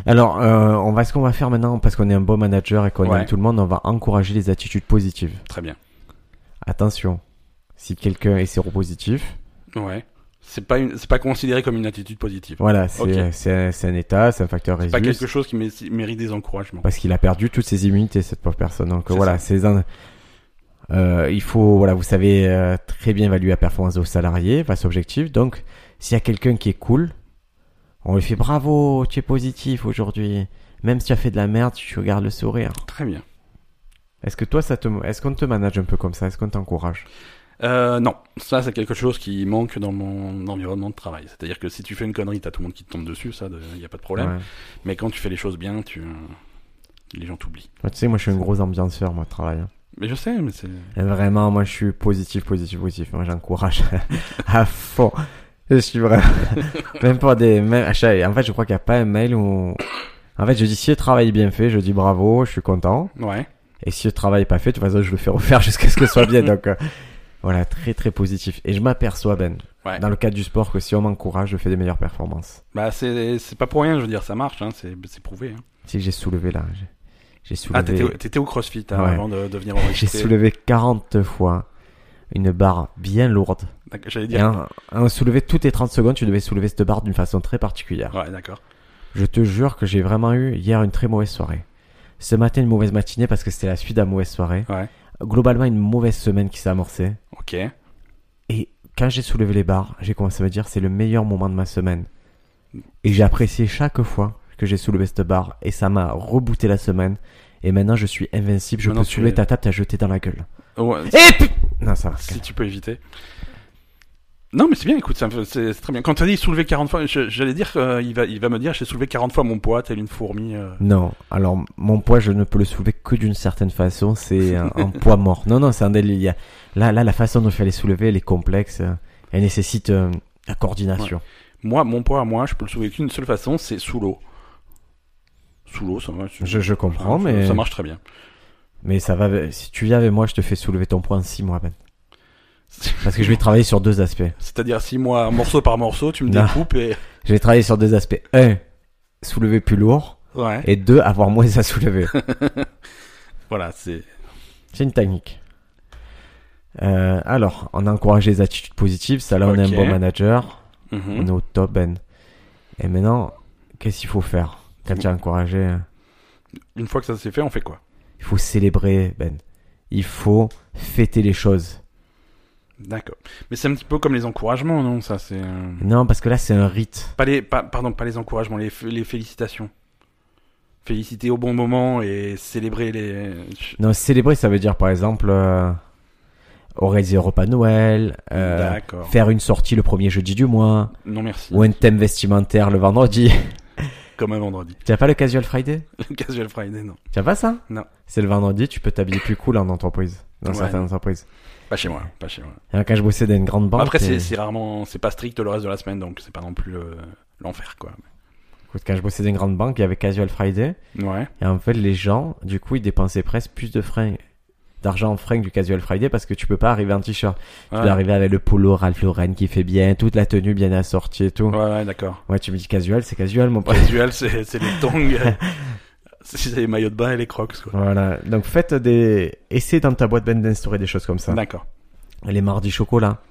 Speaker 2: Alors, euh, on va, ce qu'on va faire maintenant, parce qu'on est un bon manager et qu'on
Speaker 1: Ouais.
Speaker 2: aime tout le monde, on va encourager les attitudes positives.
Speaker 1: Très bien.
Speaker 2: Attention, si quelqu'un est séropositif,
Speaker 1: Ouais. C'est pas, une... c'est pas considéré comme une attitude positive.
Speaker 2: voilà, c'est
Speaker 1: Ok.
Speaker 2: euh, c'est un- c'est un état, c'est un facteur
Speaker 1: C'est pas
Speaker 2: résidu.
Speaker 1: quelque chose qui mé- mérite des encouragements.
Speaker 2: Parce qu'il a perdu toutes ses immunités, cette pauvre personne. Donc
Speaker 1: C'est
Speaker 2: voilà, c'est un... Euh, il faut, voilà, vous savez euh, très bien valuer la performance de vos salariés, face objectif. Donc, s'il y a quelqu'un qui est cool, on lui fait bravo, tu es positif aujourd'hui. Même si tu as fait de la merde, tu regardes le sourire.
Speaker 1: Très bien.
Speaker 2: Est-ce que toi, ça te, est-ce qu'on te manage un peu comme ça Est-ce qu'on t'encourage
Speaker 1: Euh, non, ça c'est quelque chose qui manque dans mon environnement de travail. C'est-à-dire que si tu fais une connerie, t'as tout le monde qui te tombe dessus, ça, il n'y a pas de problème.
Speaker 2: Ouais.
Speaker 1: Mais quand tu fais les choses bien, tu euh, les gens t'oublient.
Speaker 2: Moi, Bah, Tu sais, moi, je suis un gros ambianceur, moi, de travail. hein.
Speaker 1: Mais je sais, mais c'est
Speaker 2: Et Vraiment, moi, je suis positif, positif, positif. Moi, j'encourage à fond. Je suis vraiment. Même pour des mails. En fait, je crois qu'il n'y a pas un mail où. En fait, je dis si le travail est bien fait, je dis bravo, je suis content.
Speaker 1: ouais,
Speaker 2: Et si le travail n'est pas fait, de toute façon, je le fais refaire jusqu'à ce que ce soit bien. Donc, euh, voilà, très, très positif. Et je m'aperçois, Ben,
Speaker 1: ouais.
Speaker 2: dans le cadre du sport, que si on m'encourage, je fais des meilleures performances.
Speaker 1: Bah c'est c'est pas pour rien, je veux dire, ça marche, hein, c'est c'est prouvé. hein.
Speaker 2: Tu sais que j'ai soulevé là. J'ai, j'ai soulevé.
Speaker 1: Ah, t'étais au- t'étais au CrossFit hein,
Speaker 2: Ouais.
Speaker 1: avant de, de venir
Speaker 2: J'ai
Speaker 1: enregistrer.
Speaker 2: soulevé 40 fois une barre bien lourde.
Speaker 1: D'accord, J'allais
Speaker 2: Et
Speaker 1: dire.
Speaker 2: un, un soulevé toutes les 30 secondes, tu devais soulever cette barre d'une façon très particulière.
Speaker 1: Ouais, d'accord.
Speaker 2: Je te jure que j'ai vraiment eu hier une très mauvaise soirée. Ce matin, une mauvaise matinée parce que c'était la suite d'une mauvaise soirée.
Speaker 1: Ouais.
Speaker 2: Globalement, une mauvaise semaine qui s'est amorcée.
Speaker 1: Ok.
Speaker 2: Et quand j'ai soulevé les barres, j'ai commencé à me dire c'est le meilleur moment de ma semaine. Et j'ai apprécié chaque fois que j'ai soulevé cette barre et ça m'a rebooté la semaine. Et maintenant je suis invincible, je
Speaker 1: Maintenant,
Speaker 2: peux
Speaker 1: tu
Speaker 2: soulever
Speaker 1: es-
Speaker 2: ta table, t'as jeté dans la gueule.
Speaker 1: Ouais,
Speaker 2: Et puis... Non, ça va.
Speaker 1: si tu peux éviter. Non, mais c'est bien, écoute, ça me- c'est c'est très bien. Quand t'as dit soulever 40 fois, je- j'allais dire, euh, il, va, il va me dire, j'ai soulevé 40 fois mon poids, telle une fourmi. euh.
Speaker 2: Non, alors mon poids, je ne peux le soulever que d'une certaine façon, c'est un, un poids mort. Non, non, c'est un délire. Il y a- Là, là, la façon dont il fallait soulever, elle est complexe. euh, Elle nécessite euh, la coordination.
Speaker 1: Moi, mon poids à moi, je peux le soulever qu'une seule façon, c'est sous l'eau. Sous l'eau, ça marche.
Speaker 2: Je, je comprends,
Speaker 1: ça,
Speaker 2: mais
Speaker 1: ça marche très bien.
Speaker 2: mais ça va. avec- Si tu viens avec moi, je te fais soulever ton poids en 6 mois, Ben. Parce que je vais travailler sur deux aspects.
Speaker 1: C'est-à-dire, si moi, morceau par morceau, tu me
Speaker 2: Non.
Speaker 1: découpes et.
Speaker 2: Je vais travailler sur deux aspects. Un, soulever plus lourd.
Speaker 1: Ouais.
Speaker 2: Et deux, avoir moins à soulever.
Speaker 1: Voilà, c'est.
Speaker 2: C'est une technique. Euh, alors, on a encouragé les attitudes positives. Ça, là, on est
Speaker 1: Ok.
Speaker 2: un bon manager.
Speaker 1: Mhm.
Speaker 2: On est au top, Ben. Et maintenant, qu'est-ce qu'il faut faire Quand tu as encouragé, hein
Speaker 1: Une fois que ça s'est fait, on fait quoi
Speaker 2: il faut célébrer, Ben. Il faut fêter les choses.
Speaker 1: D'accord. Mais c'est un petit peu comme les encouragements, non Ça, c'est. euh,
Speaker 2: Non, parce que là, c'est un rite.
Speaker 1: Pas les, pas- pardon, pas les encouragements, les, f- les félicitations. Féliciter au bon moment et célébrer les.
Speaker 2: Non, célébrer, ça veut dire, par exemple, euh, organiser un repas de Noël, euh,
Speaker 1: D'accord.
Speaker 2: faire une sortie le premier jeudi du mois,
Speaker 1: Non, merci.
Speaker 2: ou un thème vestimentaire le vendredi.
Speaker 1: Comme un vendredi.
Speaker 2: tu n'as pas le casual Friday
Speaker 1: Le Casual Friday, non.
Speaker 2: Tu n'as pas ça
Speaker 1: Non.
Speaker 2: C'est le vendredi, tu peux t'habiller plus cool en entreprise, dans
Speaker 1: Ouais.
Speaker 2: certaines entreprises.
Speaker 1: Pas chez moi. Pas chez moi.
Speaker 2: Alors, quand je bossais dans une grande banque...
Speaker 1: Après, c'est-
Speaker 2: et-
Speaker 1: c'est rarement. C'est pas strict le reste de la semaine, donc c'est pas non plus euh, l'enfer, quoi.
Speaker 2: Écoute, quand je bossais dans une grande banque, il y avait Casual Friday.
Speaker 1: Ouais.
Speaker 2: Et en fait, les gens, du coup, ils dépensaient presque plus de fringues, d'argent en fringues du Casual Friday parce que tu peux pas arriver en t-shirt. Tu
Speaker 1: Ouais,
Speaker 2: peux arriver avec le polo Ralph Lauren qui fait bien, toute la tenue bien assortie et tout. Ouais,
Speaker 1: ouais, ouais, d'accord.
Speaker 2: tu me dis casual, c'est casual, mon pote.
Speaker 1: Casual, c'est c'est les tongs. euh, c'est les maillots de bain et les crocs, quoi.
Speaker 2: Voilà. Donc, faites des, essayez dans ta boîte ben d'instaurer des choses comme ça.
Speaker 1: D'accord.
Speaker 2: Les mardis chocolat.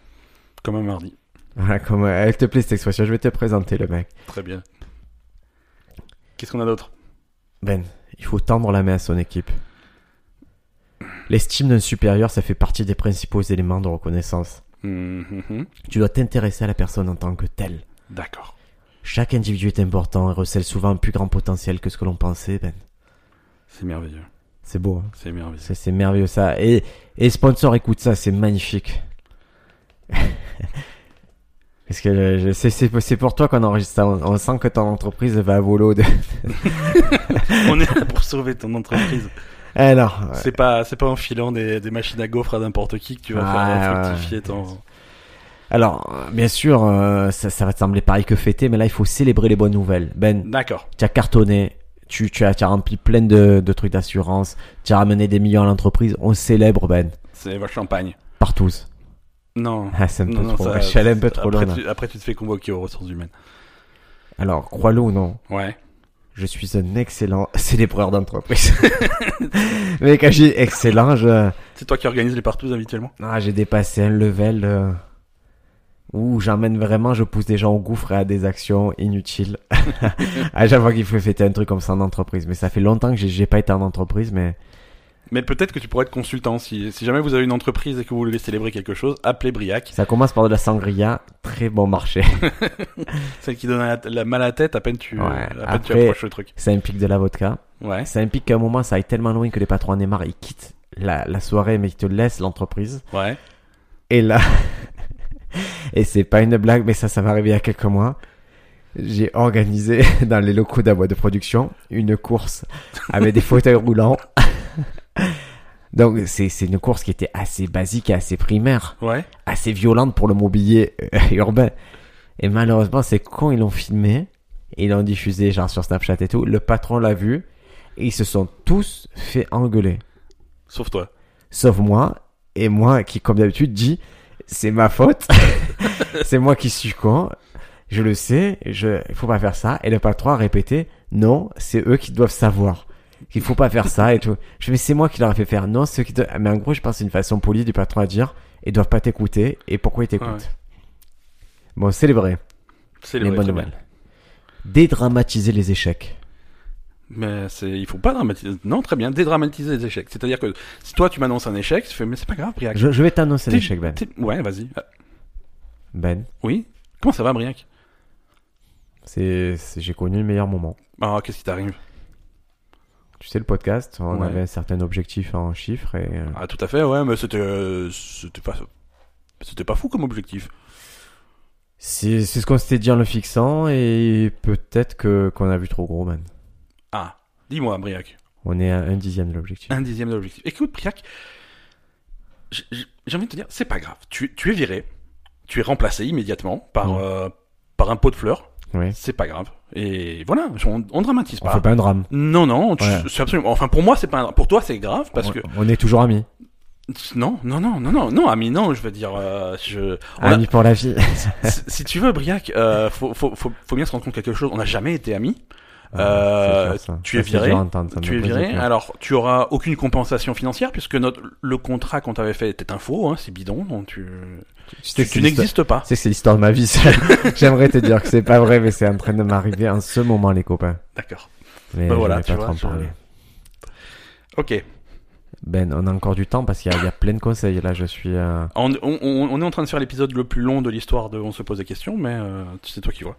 Speaker 1: Comme un mardi.
Speaker 2: Voilà, comme, euh, elle te plaît cette expression, je vais te présenter le mec.
Speaker 1: Très bien. Qu'est-ce qu'on a d'autre
Speaker 2: Ben, il faut tendre la main à son équipe. L'estime d'un supérieur, ça fait partie des principaux éléments de reconnaissance.
Speaker 1: Hum, hum, hum.
Speaker 2: Tu dois t'intéresser à la personne en tant que telle.
Speaker 1: D'accord.
Speaker 2: Chaque individu est important et recèle souvent un plus grand potentiel que ce que l'on pensait, Ben.
Speaker 1: C'est merveilleux.
Speaker 2: C'est beau, hein
Speaker 1: C'est merveilleux.
Speaker 2: Ça, c'est merveilleux ça. Et, et sponsor, écoute ça, c'est magnifique. Parce que euh, je- c'est- c'est c'est pour toi qu'on enregistre ça. On, on sent que ton entreprise va à volo. De...
Speaker 1: On est là pour sauver ton entreprise.
Speaker 2: Alors, euh,
Speaker 1: C'est pas, c'est pas en filant des, des machines à gaufres à n'importe qui que tu vas
Speaker 2: Ah,
Speaker 1: faire
Speaker 2: ouais.
Speaker 1: fructifier ton.
Speaker 2: alors euh, bien sûr, euh, ça, ça va te sembler pareil que fêter, mais là, il faut célébrer les bonnes nouvelles. Ben,
Speaker 1: D'accord.
Speaker 2: tu as cartonné, tu, tu, as, tu as rempli plein de, de trucs d'assurance, tu as ramené des millions à l'entreprise. On célèbre, Ben.
Speaker 1: C'est votre champagne.
Speaker 2: Partouze.
Speaker 1: Non.
Speaker 2: Ah, c'est un peu
Speaker 1: Non, non,
Speaker 2: trop.
Speaker 1: ça-
Speaker 2: Je suis allé un peu trop
Speaker 1: après,
Speaker 2: loin. là.
Speaker 1: tu, après, tu te fais convoquer aux ressources humaines.
Speaker 2: Alors, crois-le ou non,
Speaker 1: Ouais.
Speaker 2: je suis un excellent célébreur d'entreprise. Mais quand je dis excellent, je...
Speaker 1: C'est toi qui organises les partous habituellement
Speaker 2: Ah, j'ai dépassé un level euh, où j'emmène vraiment, je pousse des gens au gouffre et à des actions inutiles. à chaque fois qu'il faut fêter un truc comme ça en entreprise. Mais ça fait longtemps que j'ai- j'ai pas été en entreprise, mais
Speaker 1: Mais peut-être que tu pourrais être consultant. Si, si jamais vous avez une entreprise et que vous voulez célébrer quelque chose, appelez Briac.
Speaker 2: ça commence par de la sangria, très bon marché.
Speaker 1: Celle qui donne la, la mal à la tête à peine tu,
Speaker 2: Ouais,
Speaker 1: à peine tu
Speaker 2: après-
Speaker 1: approches le truc.
Speaker 2: ça implique de la vodka.
Speaker 1: Ouais.
Speaker 2: Ça implique qu'à un moment, ça aille tellement loin que les patrons en aient marre, ils quittent la, la soirée, mais ils te laissent l'entreprise.
Speaker 1: Ouais.
Speaker 2: Et là, et c'est pas une blague, mais ça, ça m'est arrivé il y a quelques mois. J'ai organisé dans les locaux d'un boîte de production une course avec des fauteuils roulants. Donc c'est c'est une course qui était assez basique et assez primaire,
Speaker 1: Ouais.
Speaker 2: assez violente pour le mobilier euh, urbain. Et malheureusement, c'est quand ils l'ont filmé, ils l'ont diffusé genre sur Snapchat et tout, le patron l'a vu et ils se sont tous fait engueuler
Speaker 1: Sauf toi.
Speaker 2: sauf moi, et moi qui, comme d'habitude, dis c'est ma faute, c'est moi qui suis con, je le sais, je, il faut pas faire ça. Et le patron a répété non, c'est eux qui doivent savoir qu'il faut pas faire ça et tout. Je fais, mais c'est moi qui leur ai fait faire non, c'est eux qui doivent. Mais en gros, je pense que c'est une façon polie du patron à dire ils doivent pas t'écouter et pourquoi ils t'écoutent.
Speaker 1: Ouais.
Speaker 2: Bon, célébrer
Speaker 1: C'est
Speaker 2: les bonnes nouvelles. Dédramatiser les échecs.
Speaker 1: Mais c'est, il faut pas dramatiser. Non, très bien. Dédramatiser les échecs. C'est-à-dire que si toi tu m'annonces un échec, tu fais mais c'est pas grave, Briac.
Speaker 2: Je, je vais t'annoncer
Speaker 1: T'es-
Speaker 2: l'échec, Ben.
Speaker 1: t'es- Ouais, vas-y. Ah,
Speaker 2: Ben,
Speaker 1: oui. Comment ça va, Briac
Speaker 2: c'est, c'est- j'ai connu le meilleur moment.
Speaker 1: Ah, qu'est-ce qui t'arrive
Speaker 2: Tu sais, le podcast, on
Speaker 1: Ouais.
Speaker 2: avait un certain objectif en chiffres et. euh,
Speaker 1: Ah, tout à fait. Ouais, mais c'était, euh, c'était pas, c'était pas fou comme objectif.
Speaker 2: C'est c'est ce qu'on s'était dit en le fixant et peut-être que qu'on a vu trop gros, man.
Speaker 1: Ah, dis-moi, Briac.
Speaker 2: On est à un dixième de l'objectif.
Speaker 1: Un dixième de l'objectif. Écoute, Priac, j- j- j'ai envie de te dire, c'est pas grave. Tu, tu es viré, tu es remplacé immédiatement par,
Speaker 2: Ouais.
Speaker 1: euh, par un pot de fleurs.
Speaker 2: Oui.
Speaker 1: C'est pas grave. Et voilà, on, on dramatise
Speaker 2: On
Speaker 1: pas.
Speaker 2: fait pas un drame.
Speaker 1: Non, non, tu-
Speaker 2: Ouais.
Speaker 1: c'est absolument. Enfin, pour moi, c'est pas. un- Pour toi, c'est grave parce
Speaker 2: on,
Speaker 1: que
Speaker 2: on est toujours amis.
Speaker 1: non, non, non, non, non, non, ami, non. Je veux dire, euh, je. on a-
Speaker 2: Amis pour la vie.
Speaker 1: si- si tu veux, Briac, euh, faut, faut, faut, faut bien se rendre compte de quelque chose. On n'a jamais été amis. Euh,
Speaker 2: C'est dur, ça.
Speaker 1: tu es
Speaker 2: Ça, c'est
Speaker 1: viré,
Speaker 2: dur à entendre, ça
Speaker 1: Tu
Speaker 2: me
Speaker 1: es
Speaker 2: brise le
Speaker 1: viré.
Speaker 2: cœur.
Speaker 1: Alors, tu auras aucune compensation financière puisque notre, le contrat qu'on t'avait fait était un faux. Hein, c'est bidon. Donc tu tu,
Speaker 2: Tu sais que c'est
Speaker 1: tu
Speaker 2: l'histoire-
Speaker 1: n'existes pas.
Speaker 2: tu sais que c'est l'histoire de ma vie. ça. J'aimerais te dire que c'est pas vrai, mais c'est en train de m'arriver en ce moment, les copains.
Speaker 1: D'accord.
Speaker 2: Mais
Speaker 1: Bah voilà,
Speaker 2: je
Speaker 1: tu
Speaker 2: vais pas
Speaker 1: vois,
Speaker 2: trop en
Speaker 1: je-
Speaker 2: parler.
Speaker 1: Ok.
Speaker 2: Ben, on a encore du temps parce qu'il y, a- il y a plein de conseils. Là, je suis. euh,
Speaker 1: On, on, on- on est en train de faire l'épisode le plus long de l'histoire de On se pose des questions, mais euh, c'est toi qui vois.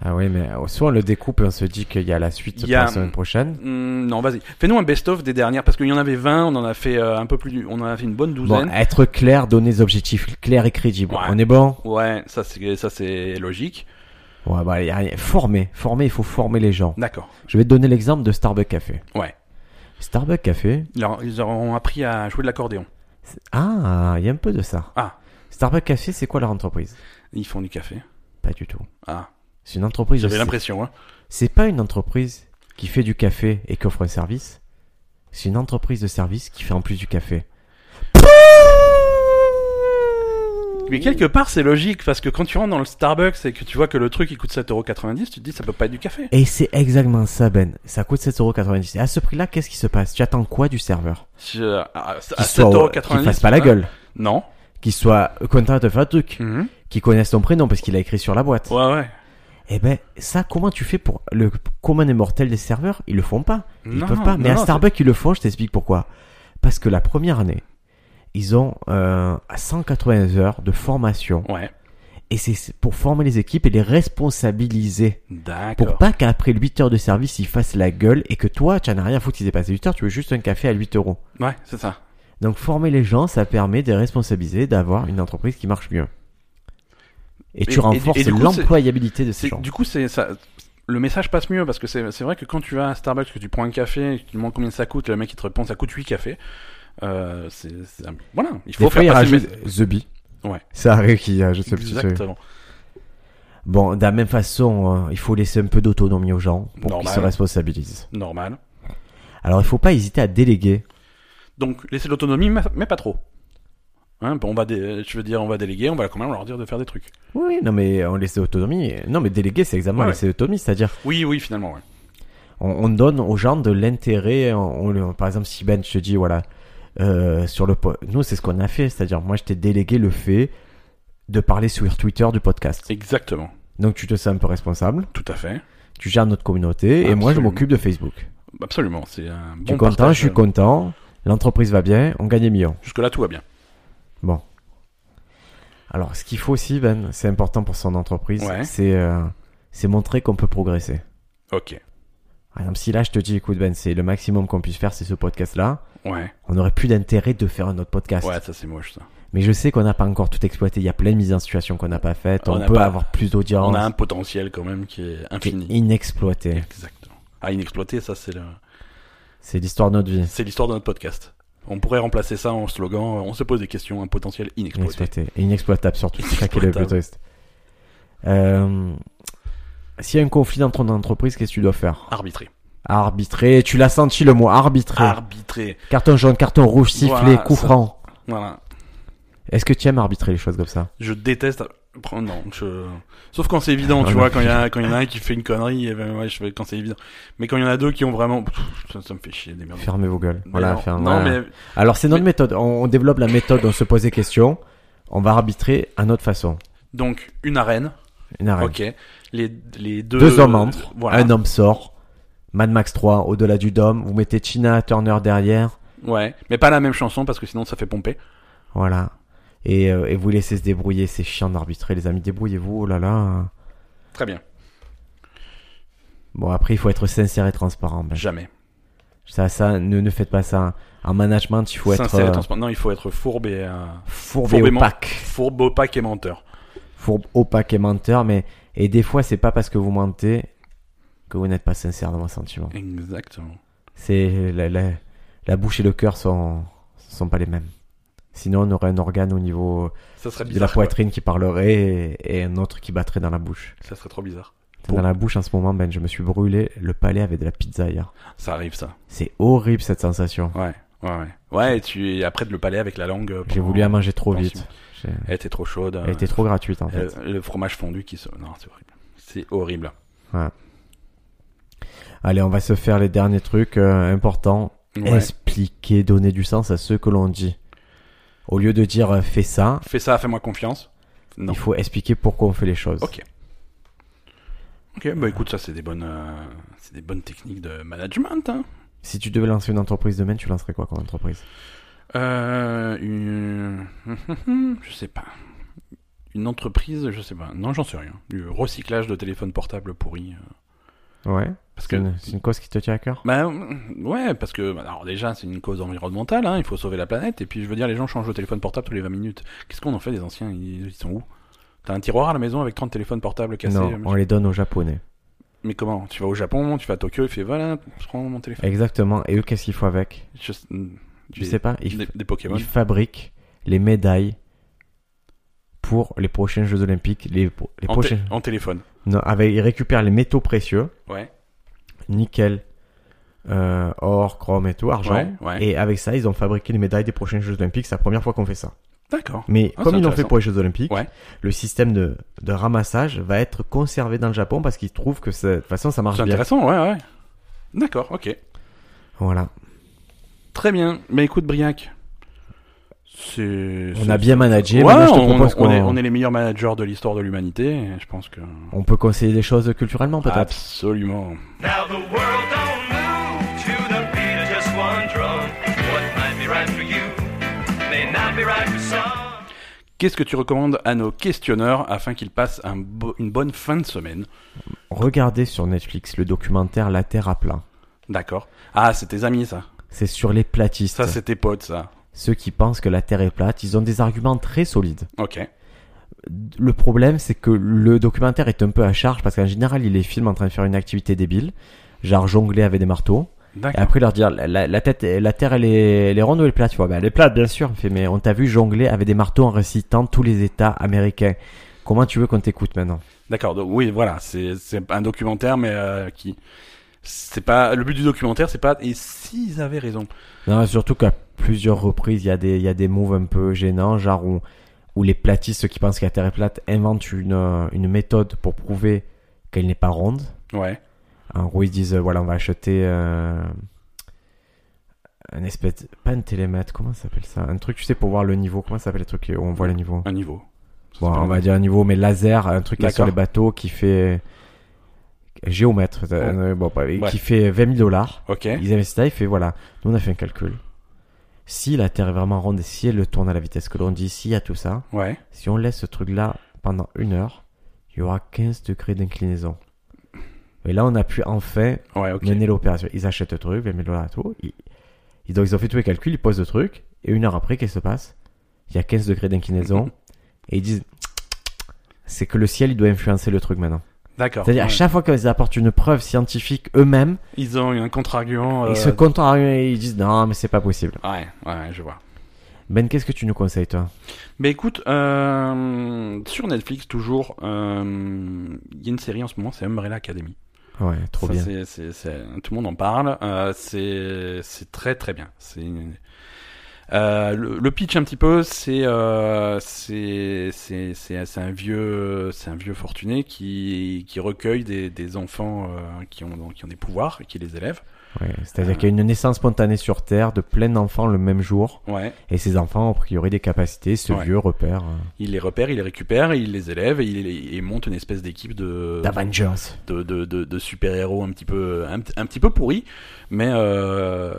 Speaker 2: Ah oui, mais euh, soit on le découpe et on se dit qu'il y a la suite
Speaker 1: Il
Speaker 2: pour
Speaker 1: y a-
Speaker 2: la semaine prochaine.
Speaker 1: Hmm, non, vas-y. Fais-nous un best-of des dernières parce qu'il y en avait 20. On en a fait euh, un peu plus. du- On en a fait une bonne
Speaker 2: Bon,
Speaker 1: douzaine.
Speaker 2: être clair, donner des objectifs clairs et crédibles.
Speaker 1: Ouais.
Speaker 2: On est bon
Speaker 1: Ouais, ça c'est ça c'est logique.
Speaker 2: Ouais, bah, y a rien. Former, former, il faut former les gens.
Speaker 1: D'accord.
Speaker 2: Je vais te donner l'exemple de Starbucks Café.
Speaker 1: Ouais.
Speaker 2: Starbucks Café,
Speaker 1: Ils leur- ils leur ont appris à jouer de l'accordéon.
Speaker 2: c'est- ah, il y a un peu de ça.
Speaker 1: Ah.
Speaker 2: Starbucks Café, c'est quoi leur entreprise
Speaker 1: Ils font du café.
Speaker 2: Pas du tout.
Speaker 1: Ah,
Speaker 2: C'est une entreprise.
Speaker 1: j'avais
Speaker 2: c'est-
Speaker 1: l'impression. Hein.
Speaker 2: C'est pas une entreprise qui fait du café et qui offre un service. C'est une entreprise de service qui fait en plus du café.
Speaker 1: Mais quelque part, c'est logique parce que quand tu rentres dans le Starbucks et que tu vois que le truc il coûte 7,90€, tu te dis ça peut pas être du café.
Speaker 2: Et c'est exactement ça, Ben. Ça coûte 7,90€. Et à ce prix-là, qu'est-ce qui se passe Tu attends quoi du serveur
Speaker 1: Je- à, à
Speaker 2: Qu'il soit-
Speaker 1: 7,90€.
Speaker 2: Qu'il fasse pas la
Speaker 1: hein.
Speaker 2: gueule.
Speaker 1: Non.
Speaker 2: Qu'il soit content de te faire un truc.
Speaker 1: Mhm.
Speaker 2: qui connaissent ton prénom parce qu'il a écrit sur la boîte.
Speaker 1: Ouais, ouais.
Speaker 2: Eh ben, ça, comment tu fais pour le commun et mortel des serveurs Ils le font pas. Ils
Speaker 1: Non,
Speaker 2: peuvent pas.
Speaker 1: non,
Speaker 2: Mais à
Speaker 1: non,
Speaker 2: Starbucks, ils le font. Je t'explique pourquoi. Parce que la première année, ils ont euh, 180 heures de formation
Speaker 1: c'est- Ouais.
Speaker 2: et c'est pour former les équipes et les responsabiliser. Pour
Speaker 1: D'accord.
Speaker 2: pas qu'après 8 heures de service, ils fassent la gueule et que toi, tu n'en as rien à foutre qu'ils aient passé 8 heures, tu veux juste un café à 8 euros.
Speaker 1: Ouais, c'est ça.
Speaker 2: Donc former les gens, ça permet de les responsabiliser, d'avoir une entreprise qui marche mieux. Et
Speaker 1: Et- et
Speaker 2: tu
Speaker 1: du-
Speaker 2: renforces
Speaker 1: et du coup,
Speaker 2: l'employabilité de ces
Speaker 1: C'est-
Speaker 2: gens.
Speaker 1: Du coup, c'est ça. Le message passe mieux parce que c'est c'est vrai que quand tu vas à Starbucks, que tu prends un café, et que tu demandes combien ça coûte, le mec il te répond ça coûte 8 cafés. Euh, c'est- c'est un- Voilà, il faut
Speaker 2: Des fois, il
Speaker 1: faire passer le
Speaker 2: rajoute The Bee.
Speaker 1: Ouais.
Speaker 2: Ça arrive qu'il rajoute ce petit
Speaker 1: message.
Speaker 2: truc.
Speaker 1: Exactement.
Speaker 2: Bon, de la même façon, euh, il faut laisser un peu d'autonomie aux gens pour qu'ils
Speaker 1: Normal.
Speaker 2: se responsabilisent.
Speaker 1: Normal.
Speaker 2: Alors, il faut pas hésiter à déléguer.
Speaker 1: Donc, laisser l'autonomie, mais mais pas trop. Hein, bon, on va dé- je veux dire, on va déléguer, on va quand même leur dire de faire des trucs.
Speaker 2: Oui, oui, non, mais on laisse autonomie. Non, mais déléguer, c'est exactement
Speaker 1: Ouais.
Speaker 2: laisser autonomie. C'est-à-dire,
Speaker 1: Oui, oui, finalement, ouais.
Speaker 2: on, on donne aux gens de l'intérêt. on- on le- par exemple, si Ben, je te dis, voilà, euh, sur le po- Nous, c'est ce qu'on a fait. C'est-à-dire, moi, je t'ai délégué le fait de parler sur Twitter du podcast.
Speaker 1: Exactement,
Speaker 2: Donc, tu te sens un peu responsable.
Speaker 1: tout à fait.
Speaker 2: Tu gères notre communauté. Et moi, je
Speaker 1: Absolument.
Speaker 2: m'occupe de Facebook.
Speaker 1: Absolument, c'est un bon
Speaker 2: tu es content,
Speaker 1: partage. euh,
Speaker 2: je suis content. L'entreprise va bien. On gagne des millions.
Speaker 1: Jusque-là, tout va bien.
Speaker 2: Bon. Alors, ce qu'il faut aussi, Ben, c'est important pour son entreprise,
Speaker 1: Ouais.
Speaker 2: c'est euh, c'est montrer qu'on peut progresser.
Speaker 1: Ok,
Speaker 2: Par exemple, si là, je te dis, écoute, Ben, c'est le maximum qu'on puisse faire, c'est ce podcast-là,
Speaker 1: ouais.
Speaker 2: on aurait plus d'intérêt de faire un autre podcast.
Speaker 1: Ouais, ça c'est moche, ça.
Speaker 2: Mais je sais qu'on n'a pas encore tout exploité. Il y a plein de mises en situation qu'on n'a pas faites.
Speaker 1: On
Speaker 2: On,
Speaker 1: n'a
Speaker 2: peut
Speaker 1: pas-
Speaker 2: avoir plus d'audience.
Speaker 1: On a un potentiel quand même qui est
Speaker 2: qui est
Speaker 1: infini.
Speaker 2: inexploité.
Speaker 1: Exactement. Ah, inexploité, ça c'est le...
Speaker 2: C'est l'histoire de notre vie.
Speaker 1: c'est l'histoire de notre podcast. On pourrait remplacer ça en slogan euh, on se pose des questions, un potentiel inexploité.
Speaker 2: Inexploité. Et inexploitable surtout. C'est ça qui est le plus
Speaker 1: Inexploitable.
Speaker 2: triste. Euh, S'il y a un conflit dans ton entreprise, qu'est-ce que tu dois faire
Speaker 1: Arbitré.
Speaker 2: Arbitrer. Tu l'as senti le mot arbitrer.
Speaker 1: Arbitré.
Speaker 2: Carton jaune, carton rouge, sifflet,
Speaker 1: Voilà,
Speaker 2: coup
Speaker 1: ça.
Speaker 2: franc.
Speaker 1: Voilà.
Speaker 2: Est-ce que tu aimes arbitrer les choses comme ça
Speaker 1: Je déteste. Prends- Non, je... Sauf quand c'est évident, tu
Speaker 2: Ah,
Speaker 1: vois,
Speaker 2: non.
Speaker 1: quand il y, a- quand il y en a un qui fait une connerie, eh ben, ouais, je fais quand c'est évident. Mais quand il y en a deux qui ont vraiment. Pff, ça, ça me fait chier, des merdes.
Speaker 2: Fermez vos gueules.
Speaker 1: Mais
Speaker 2: Voilà,
Speaker 1: non,
Speaker 2: ferme-
Speaker 1: non,
Speaker 2: voilà.
Speaker 1: mais
Speaker 2: Alors c'est notre
Speaker 1: mais-
Speaker 2: méthode. On, on développe la méthode, on se pose des questions, on va arbitrer à notre façon.
Speaker 1: donc une arène,
Speaker 2: Une arène.
Speaker 1: ok. Les, les deux,
Speaker 2: Deux hommes Ah, entrent,
Speaker 1: voilà.
Speaker 2: un homme sort. Mad Max 3, au-delà du dôme. Vous mettez Tina Turner derrière.
Speaker 1: Ouais, mais pas la même chanson parce que sinon ça fait pomper.
Speaker 2: Voilà. Et, euh, et vous laissez se débrouiller. C'est chiant d'arbitrer, les amis. Débrouillez-vous. Oh là là.
Speaker 1: Très bien,
Speaker 2: Bon, après, il faut être sincère et transparent. Ben,
Speaker 1: jamais.
Speaker 2: Ça, ça, ne, ne faites pas ça. En management, il faut
Speaker 1: Sincère et
Speaker 2: être euh,
Speaker 1: transparent. Non, il faut être fourbe et euh,
Speaker 2: fourbe et
Speaker 1: Fourbément.
Speaker 2: opaque.
Speaker 1: fourbe, opaque et menteur.
Speaker 2: fourbe opaque et menteur, mais et des fois c'est pas parce que vous mentez que vous n'êtes pas sincère dans vos sentiments.
Speaker 1: Exactement.
Speaker 2: C'est la, la, la bouche et le cœur sont sont pas les mêmes. Sinon on aurait un organe au niveau
Speaker 1: Ça serait
Speaker 2: de la
Speaker 1: bizarre. quoi.
Speaker 2: poitrine qui parlerait et, et un autre qui battrait dans la bouche.
Speaker 1: Ça serait trop bizarre.
Speaker 2: Dans la bouche en ce moment Ben, je me suis brûlé le palais avec de la pizza hier.
Speaker 1: Ça arrive ça.
Speaker 2: C'est horrible cette sensation.
Speaker 1: Ouais, ouais, ouais. Ouais, et tu et après de le palais avec la langue. euh,
Speaker 2: J'ai
Speaker 1: pendant-
Speaker 2: voulu la manger trop
Speaker 1: pendant-
Speaker 2: vite. J'ai-
Speaker 1: Elle était trop chaude.
Speaker 2: Elle
Speaker 1: euh,
Speaker 2: était trop gratuite en fait.
Speaker 1: euh, le fromage fondu qui se. Non, c'est horrible. C'est horrible.
Speaker 2: Allez, on va se faire les derniers trucs euh, importants.
Speaker 1: Ouais.
Speaker 2: expliquer, donner du sens à ce que l'on dit. Au lieu de dire euh, fais ça,
Speaker 1: Fais ça, fais-moi confiance. Non.
Speaker 2: il faut expliquer pourquoi on fait les choses.
Speaker 1: Ok. Ok, bah écoute, ça c'est des bonnes, euh, c'est des bonnes techniques de management. Hein.
Speaker 2: Si tu devais lancer une entreprise demain, tu lancerais quoi comme entreprise
Speaker 1: Euh, une... je sais pas. Une entreprise, je sais pas. Non, j'en sais rien. Du recyclage de téléphones portables pourris. euh,
Speaker 2: Ouais.
Speaker 1: Parce
Speaker 2: C'est
Speaker 1: que
Speaker 2: une, c'est une cause qui te tient à cœur
Speaker 1: Bah ouais, parce que bah, alors déjà c'est une cause environnementale, hein, il faut sauver la planète, et puis je veux dire les gens changent de téléphone portable tous les 20 minutes. Qu'est-ce qu'on en fait des anciens ils, ils sont où T'as un tiroir à la maison avec 30 téléphones portables cassés
Speaker 2: Non,
Speaker 1: euh,
Speaker 2: on les donne aux Japonais.
Speaker 1: Mais comment Tu vas au Japon, tu vas à Tokyo, il fait voilà, prends mon téléphone.
Speaker 2: Exactement. Et eux, qu'est-ce qu'ils font avec
Speaker 1: Je,
Speaker 2: Je sais pas. Ils,
Speaker 1: Des,
Speaker 2: fa-
Speaker 1: des Pokémon
Speaker 2: ils fabriquent les médailles pour les prochains Jeux Olympiques. Les, pro- les
Speaker 1: en, té-
Speaker 2: prochains.
Speaker 1: en téléphone.
Speaker 2: Non, avec, ils récupèrent les métaux précieux,
Speaker 1: Ouais.
Speaker 2: nickel, euh, or, chrome et tout, argent.
Speaker 1: Ouais, ouais.
Speaker 2: Et avec ça, ils ont fabriqué les médailles des prochains Jeux Olympiques. C'est la première fois qu'on fait ça.
Speaker 1: D'accord.
Speaker 2: Mais
Speaker 1: Ah,
Speaker 2: comme
Speaker 1: c'est
Speaker 2: ils l'ont fait
Speaker 1: intéressant.
Speaker 2: pour les Jeux Olympiques,
Speaker 1: Ouais.
Speaker 2: le système de, de ramassage va être conservé dans le Japon parce qu'ils trouvent que ça- de toute façon ça marche
Speaker 1: C'est
Speaker 2: Ah, bien.
Speaker 1: intéressant, ouais, ouais. D'accord, ok.
Speaker 2: Voilà.
Speaker 1: Très bien. Bah écoute Briac, c'est...
Speaker 2: On
Speaker 1: c'est-
Speaker 2: a bien managé.
Speaker 1: Ouais,
Speaker 2: maintenant, je te
Speaker 1: on,
Speaker 2: propose
Speaker 1: on
Speaker 2: qu'on-
Speaker 1: est, on est les meilleurs managers de l'histoire de l'humanité, et je pense que...
Speaker 2: on peut conseiller des choses culturellement peut-être.
Speaker 1: Absolument.
Speaker 4: Now the world don't move to the beat of just one drum. What might be right for you may not be right for some.
Speaker 1: Qu'est-ce que tu recommandes à nos questionneurs afin qu'ils passent un bo- une bonne fin de semaine
Speaker 2: Regardez sur Netflix le documentaire La Terre à plat.
Speaker 1: D'accord. Ah, c'est tes amis, ça.
Speaker 2: C'est sur les platistes.
Speaker 1: Ça, c'est tes potes, ça.
Speaker 2: Ceux qui pensent que la Terre est plate, ils ont des arguments très solides.
Speaker 1: Ok.
Speaker 2: Le problème, c'est que le documentaire est un peu à charge parce qu'en général, il les filme en train de faire une activité débile, genre jongler avec des marteaux. Et
Speaker 1: D'accord.
Speaker 2: après leur dire, la, la- la tête, la terre, elle est, elle est ronde ou elle est plate, tu vois. Ben, elle est plate, bien sûr. Il fait, mais on t'a vu jongler avec des marteaux en récitant tous les États américains. Comment tu veux qu'on t'écoute maintenant
Speaker 1: D'accord. donc, Oui, voilà. C'est c'est un documentaire, mais euh, qui. c'est pas le but du documentaire, c'est pas et s'ils avaient raison.
Speaker 2: Non, surtout qu'à plusieurs reprises, il y, a des- il y a des moves un peu gênants, genre où, où les platistes, ceux qui pensent que la Terre est plate, inventent une, euh, une méthode pour prouver qu'elle n'est pas ronde.
Speaker 1: Ouais.
Speaker 2: En gros, ils disent, euh, voilà, on va acheter euh, un espèce... de- Pas un télémètre, comment ça s'appelle ça Un truc, tu sais, pour voir le niveau. Comment ça s'appelle les trucs où on voit le niveau
Speaker 1: Un niveau. Ça
Speaker 2: Bon,
Speaker 1: s'appelle
Speaker 2: on
Speaker 1: un-
Speaker 2: va dire un niveau, mais laser, un truc qui est sur
Speaker 1: Ah, D'accord.
Speaker 2: les bateaux qui fait... euh, Géomètre, euh, bon, bah,
Speaker 1: Ouais.
Speaker 2: qui fait 20 000 dollars.
Speaker 1: Ok.
Speaker 2: Ils investissent là, ils font voilà, nous on a fait un calcul. Si la Terre est vraiment ronde et si elle le tourne à la vitesse que l'on dit, s'il y a tout ça,
Speaker 1: Ouais.
Speaker 2: si on laisse ce truc-là pendant une heure, il y aura 15 degrés d'inclinaison. Et là, on a pu enfin
Speaker 1: Ouais. Ok.
Speaker 2: mener l'opération. Ils achètent le truc, 20 000 dollars et tout. Ils, ils- donc, ils ont fait tous les calculs, ils posent le truc, et une heure après, qu'est-ce qui se passe Il y a 15 degrés d'inclinaison, et ils disent c'est que le ciel, il doit influencer le truc maintenant.
Speaker 1: D'accord.
Speaker 2: C'est-à-dire, à
Speaker 1: Ouais.
Speaker 2: chaque fois qu'ils apportent une preuve scientifique eux-mêmes,
Speaker 1: Ils ont eu un contre-argument. euh,
Speaker 2: ils se contrarient et ils disent non, mais c'est pas possible.
Speaker 1: Ouais, ouais, je vois.
Speaker 2: Ben, qu'est-ce que tu nous conseilles, toi
Speaker 1: Mais écoute, euh, sur Netflix toujours, euh, il y a une série en ce moment, c'est Umbrella Academy.
Speaker 2: Ouais, trop
Speaker 1: Ça,
Speaker 2: bien.
Speaker 1: c'est- c'est- c'est- tout le monde en parle. euh, c'est c'est très très bien. C'est une- Euh, le, le pitch un petit peu, c'est euh, c'est c'est- c'est- c'est un vieux c'est un vieux fortuné qui qui recueille des, des enfants euh, qui ont qui ont des pouvoirs et qui les élève.
Speaker 2: Ouais, C'est-à-dire qu'il y a une naissance spontanée sur Terre de plein d'enfants le même jour,
Speaker 1: Ouais.
Speaker 2: et ces enfants ont a priori des capacités, ce
Speaker 1: Ouais.
Speaker 2: vieux repère. euh,
Speaker 1: Il les repère, il les récupère, et il les élève et il, il monte une espèce d'équipe de
Speaker 2: D'Avengers.
Speaker 1: de, de, de, de super-héros un petit peu un, p- un petit peu pourri mais euh,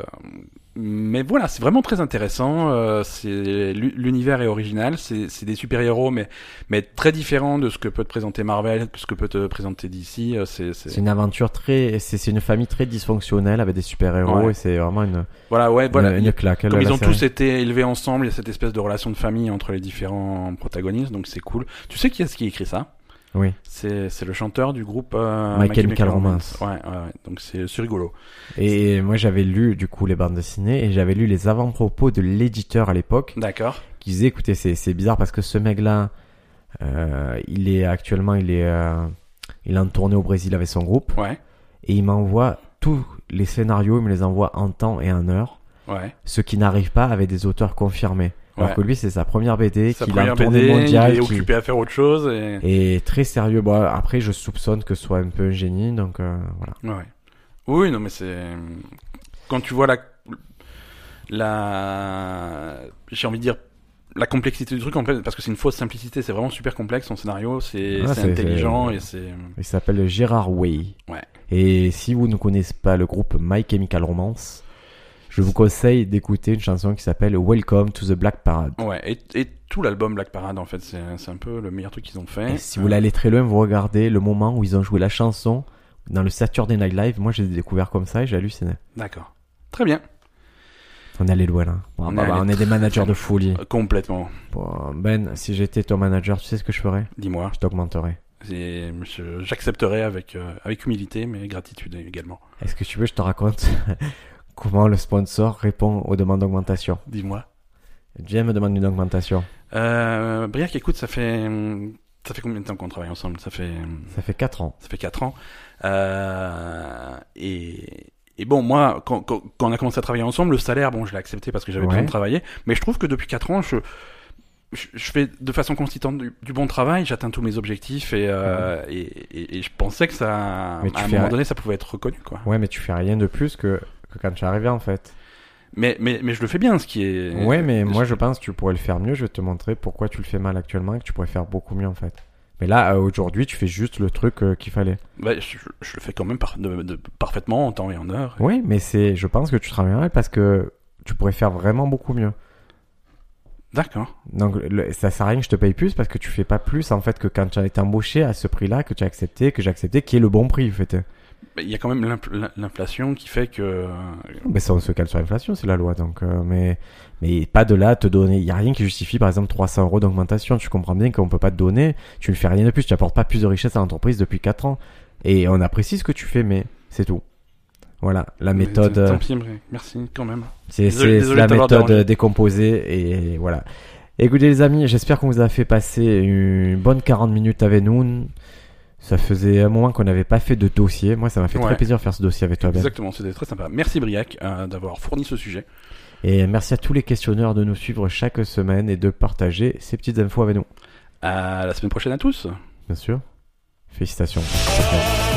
Speaker 1: mais voilà c'est vraiment très intéressant euh, c'est l'u- l'univers est original c'est c'est des super-héros mais mais très différent de ce que peut te présenter Marvel de ce que peut te présenter DC euh, c'est c'est-
Speaker 2: C'est une aventure très. C'est c'est une famille très dysfonctionnelle avec des super-héros
Speaker 1: Ouais.
Speaker 2: et c'est vraiment une,
Speaker 1: voilà ouais voilà
Speaker 2: une, une claque.
Speaker 1: comme
Speaker 2: la-
Speaker 1: ils
Speaker 2: la
Speaker 1: ont
Speaker 2: série.
Speaker 1: tous été élevés ensemble, il y a cette espèce de relation de famille entre les différents protagonistes, donc c'est cool. Tu sais qui est-ce qui écrit ça
Speaker 2: Oui.
Speaker 1: C'est c'est le chanteur du groupe euh,
Speaker 2: My
Speaker 1: My
Speaker 2: Chemical
Speaker 1: Chemical
Speaker 2: Romance.
Speaker 1: Ouais, ouais, ouais. donc c'est c'est rigolo.
Speaker 2: Et moi j'avais lu du coup les bandes dessinées et j'avais lu les avant-propos de l'éditeur à l'époque
Speaker 1: D'accord.
Speaker 2: qui disait écoutez c'est c'est bizarre parce que ce mec là il est actuellement il est euh, il est en tournée au Brésil avec son groupe
Speaker 1: Ouais,
Speaker 2: et il m'envoie tous les scénarios il me les envoie en temps et en heure
Speaker 1: ouais.
Speaker 2: ce qui n'arrive pas avec des auteurs confirmés alors
Speaker 1: Ouais.
Speaker 2: que lui c'est sa première BD
Speaker 1: Sa
Speaker 2: qu'il a en
Speaker 1: première
Speaker 2: tournée
Speaker 1: BD,
Speaker 2: mondiale
Speaker 1: il est
Speaker 2: qui-
Speaker 1: occupé à faire autre chose et
Speaker 2: et très sérieux bon après je soupçonne que ce soit un peu un génie donc euh, voilà
Speaker 1: Ouais, ouais. oui non mais c'est quand tu vois la la j'ai envie de dire la complexité du truc en fait parce que c'est une fausse simplicité c'est vraiment super complexe son scénario c'est
Speaker 2: Ah,
Speaker 1: c'est
Speaker 2: c'est-
Speaker 1: intelligent
Speaker 2: c'est-
Speaker 1: et c'est
Speaker 2: il s'appelle Gérard Way
Speaker 1: ouais
Speaker 2: Et si vous ne connaissez pas le groupe My Chemical Romance, je vous conseille d'écouter une chanson qui s'appelle Welcome to the Black Parade.
Speaker 1: ouais et, et tout l'album Black Parade en fait c'est c'est un peu le meilleur truc qu'ils ont fait
Speaker 2: Et si vous voulez aller très loin, vous regardez le moment où ils ont joué la chanson dans le Saturday Night Live. Moi, je l'ai découvert comme ça et j'ai halluciné.
Speaker 1: d'accord très bien
Speaker 2: On est allé loin là. Bon,
Speaker 1: On
Speaker 2: bah,
Speaker 1: est
Speaker 2: bah,
Speaker 1: allé
Speaker 2: on est des managers de folie.
Speaker 1: Euh, complètement
Speaker 2: Bon, ben, si j'étais ton manager, tu sais ce que je ferais
Speaker 1: dis-moi
Speaker 2: Je t'augmenterais.
Speaker 1: C'est- je- j'accepterai avec euh, avec humilité mais gratitude également
Speaker 2: Est-ce que tu veux que je te raconte comment le sponsor répond aux demandes d'augmentation
Speaker 1: dis-moi
Speaker 2: Viens me demander une augmentation.
Speaker 1: Euh, Briac, écoute, ça fait hum, ça fait combien de temps qu'on travaille ensemble Ça fait hum,
Speaker 2: Ça fait 4 ans.
Speaker 1: ça fait quatre ans. Euh, et et bon, moi, quand, quand, quand on a commencé à travailler ensemble, le salaire, bon, je l'ai accepté parce que j'avais
Speaker 2: Ouais.
Speaker 1: besoin de travailler. Mais je trouve que depuis quatre ans, je je, je fais de façon constante du, du bon travail, j'atteins tous mes objectifs et, euh, et, et, et je pensais que ça,
Speaker 2: Mais tu
Speaker 1: à un
Speaker 2: fais
Speaker 1: moment
Speaker 2: un-
Speaker 1: donné, ça pouvait être reconnu, quoi.
Speaker 2: Ouais, mais tu fais rien de plus que, que quand tu es arrivé en fait.
Speaker 1: Mais mais mais je le fais bien, ce qui est.
Speaker 2: Ouais, mais moi je pense que tu pourrais le faire mieux. Je vais te montrer pourquoi tu le fais mal actuellement et que tu pourrais faire beaucoup mieux en fait. Mais là, euh, aujourd'hui, tu fais juste le truc euh, qu'il fallait.
Speaker 1: Bah, je, je- je le fais quand même par- de- de- parfaitement en temps et en heure.
Speaker 2: Oui, mais c'est, je pense que tu travailles mal parce que tu pourrais faire vraiment beaucoup mieux.
Speaker 1: D'accord.
Speaker 2: Donc le- ça sert à rien que je te paye plus parce que tu fais pas plus en fait que quand tu as été embauché à ce prix-là que tu as accepté, que j'ai accepté, qui est le bon prix en fait.
Speaker 1: Mais Bah, Il y a quand même l'inf- l'in- l'inflation qui fait que. euh,
Speaker 2: Mais ça on se cale sur l'inflation, c'est la loi donc. euh, mais mais pas de là à te donner. Il y a rien qui justifie par exemple 300 euros d'augmentation. Tu comprends bien qu'on peut pas te donner. Tu ne fais rien de plus. Tu apportes pas plus de richesse à l'entreprise depuis 4 ans. Et on apprécie ce que tu fais, mais c'est tout. Voilà la
Speaker 1: mais
Speaker 2: méthode.
Speaker 1: t-
Speaker 2: euh,
Speaker 1: Tant pis, mais merci quand même.
Speaker 2: C'est
Speaker 1: Désolé-
Speaker 2: c'est- c'est
Speaker 1: désolé
Speaker 2: la
Speaker 1: de t'avoir
Speaker 2: méthode
Speaker 1: dérangé.
Speaker 2: décomposée et voilà. Écoutez les amis, j'espère qu'on vous a fait passer une bonne 40 minutes avec nous. Ça faisait un moment qu'on n'avait pas fait de dossier. Moi, ça m'a fait
Speaker 1: Ouais.
Speaker 2: très plaisir de faire ce dossier avec toi, Ben.
Speaker 1: Exactement, c'était très sympa. Merci Briac euh, d'avoir fourni ce sujet.
Speaker 2: Et merci à tous les questionneurs de nous suivre chaque semaine et de partager ces petites infos avec nous.
Speaker 1: À la semaine prochaine à tous.
Speaker 2: Bien sûr. Félicitations. Merci.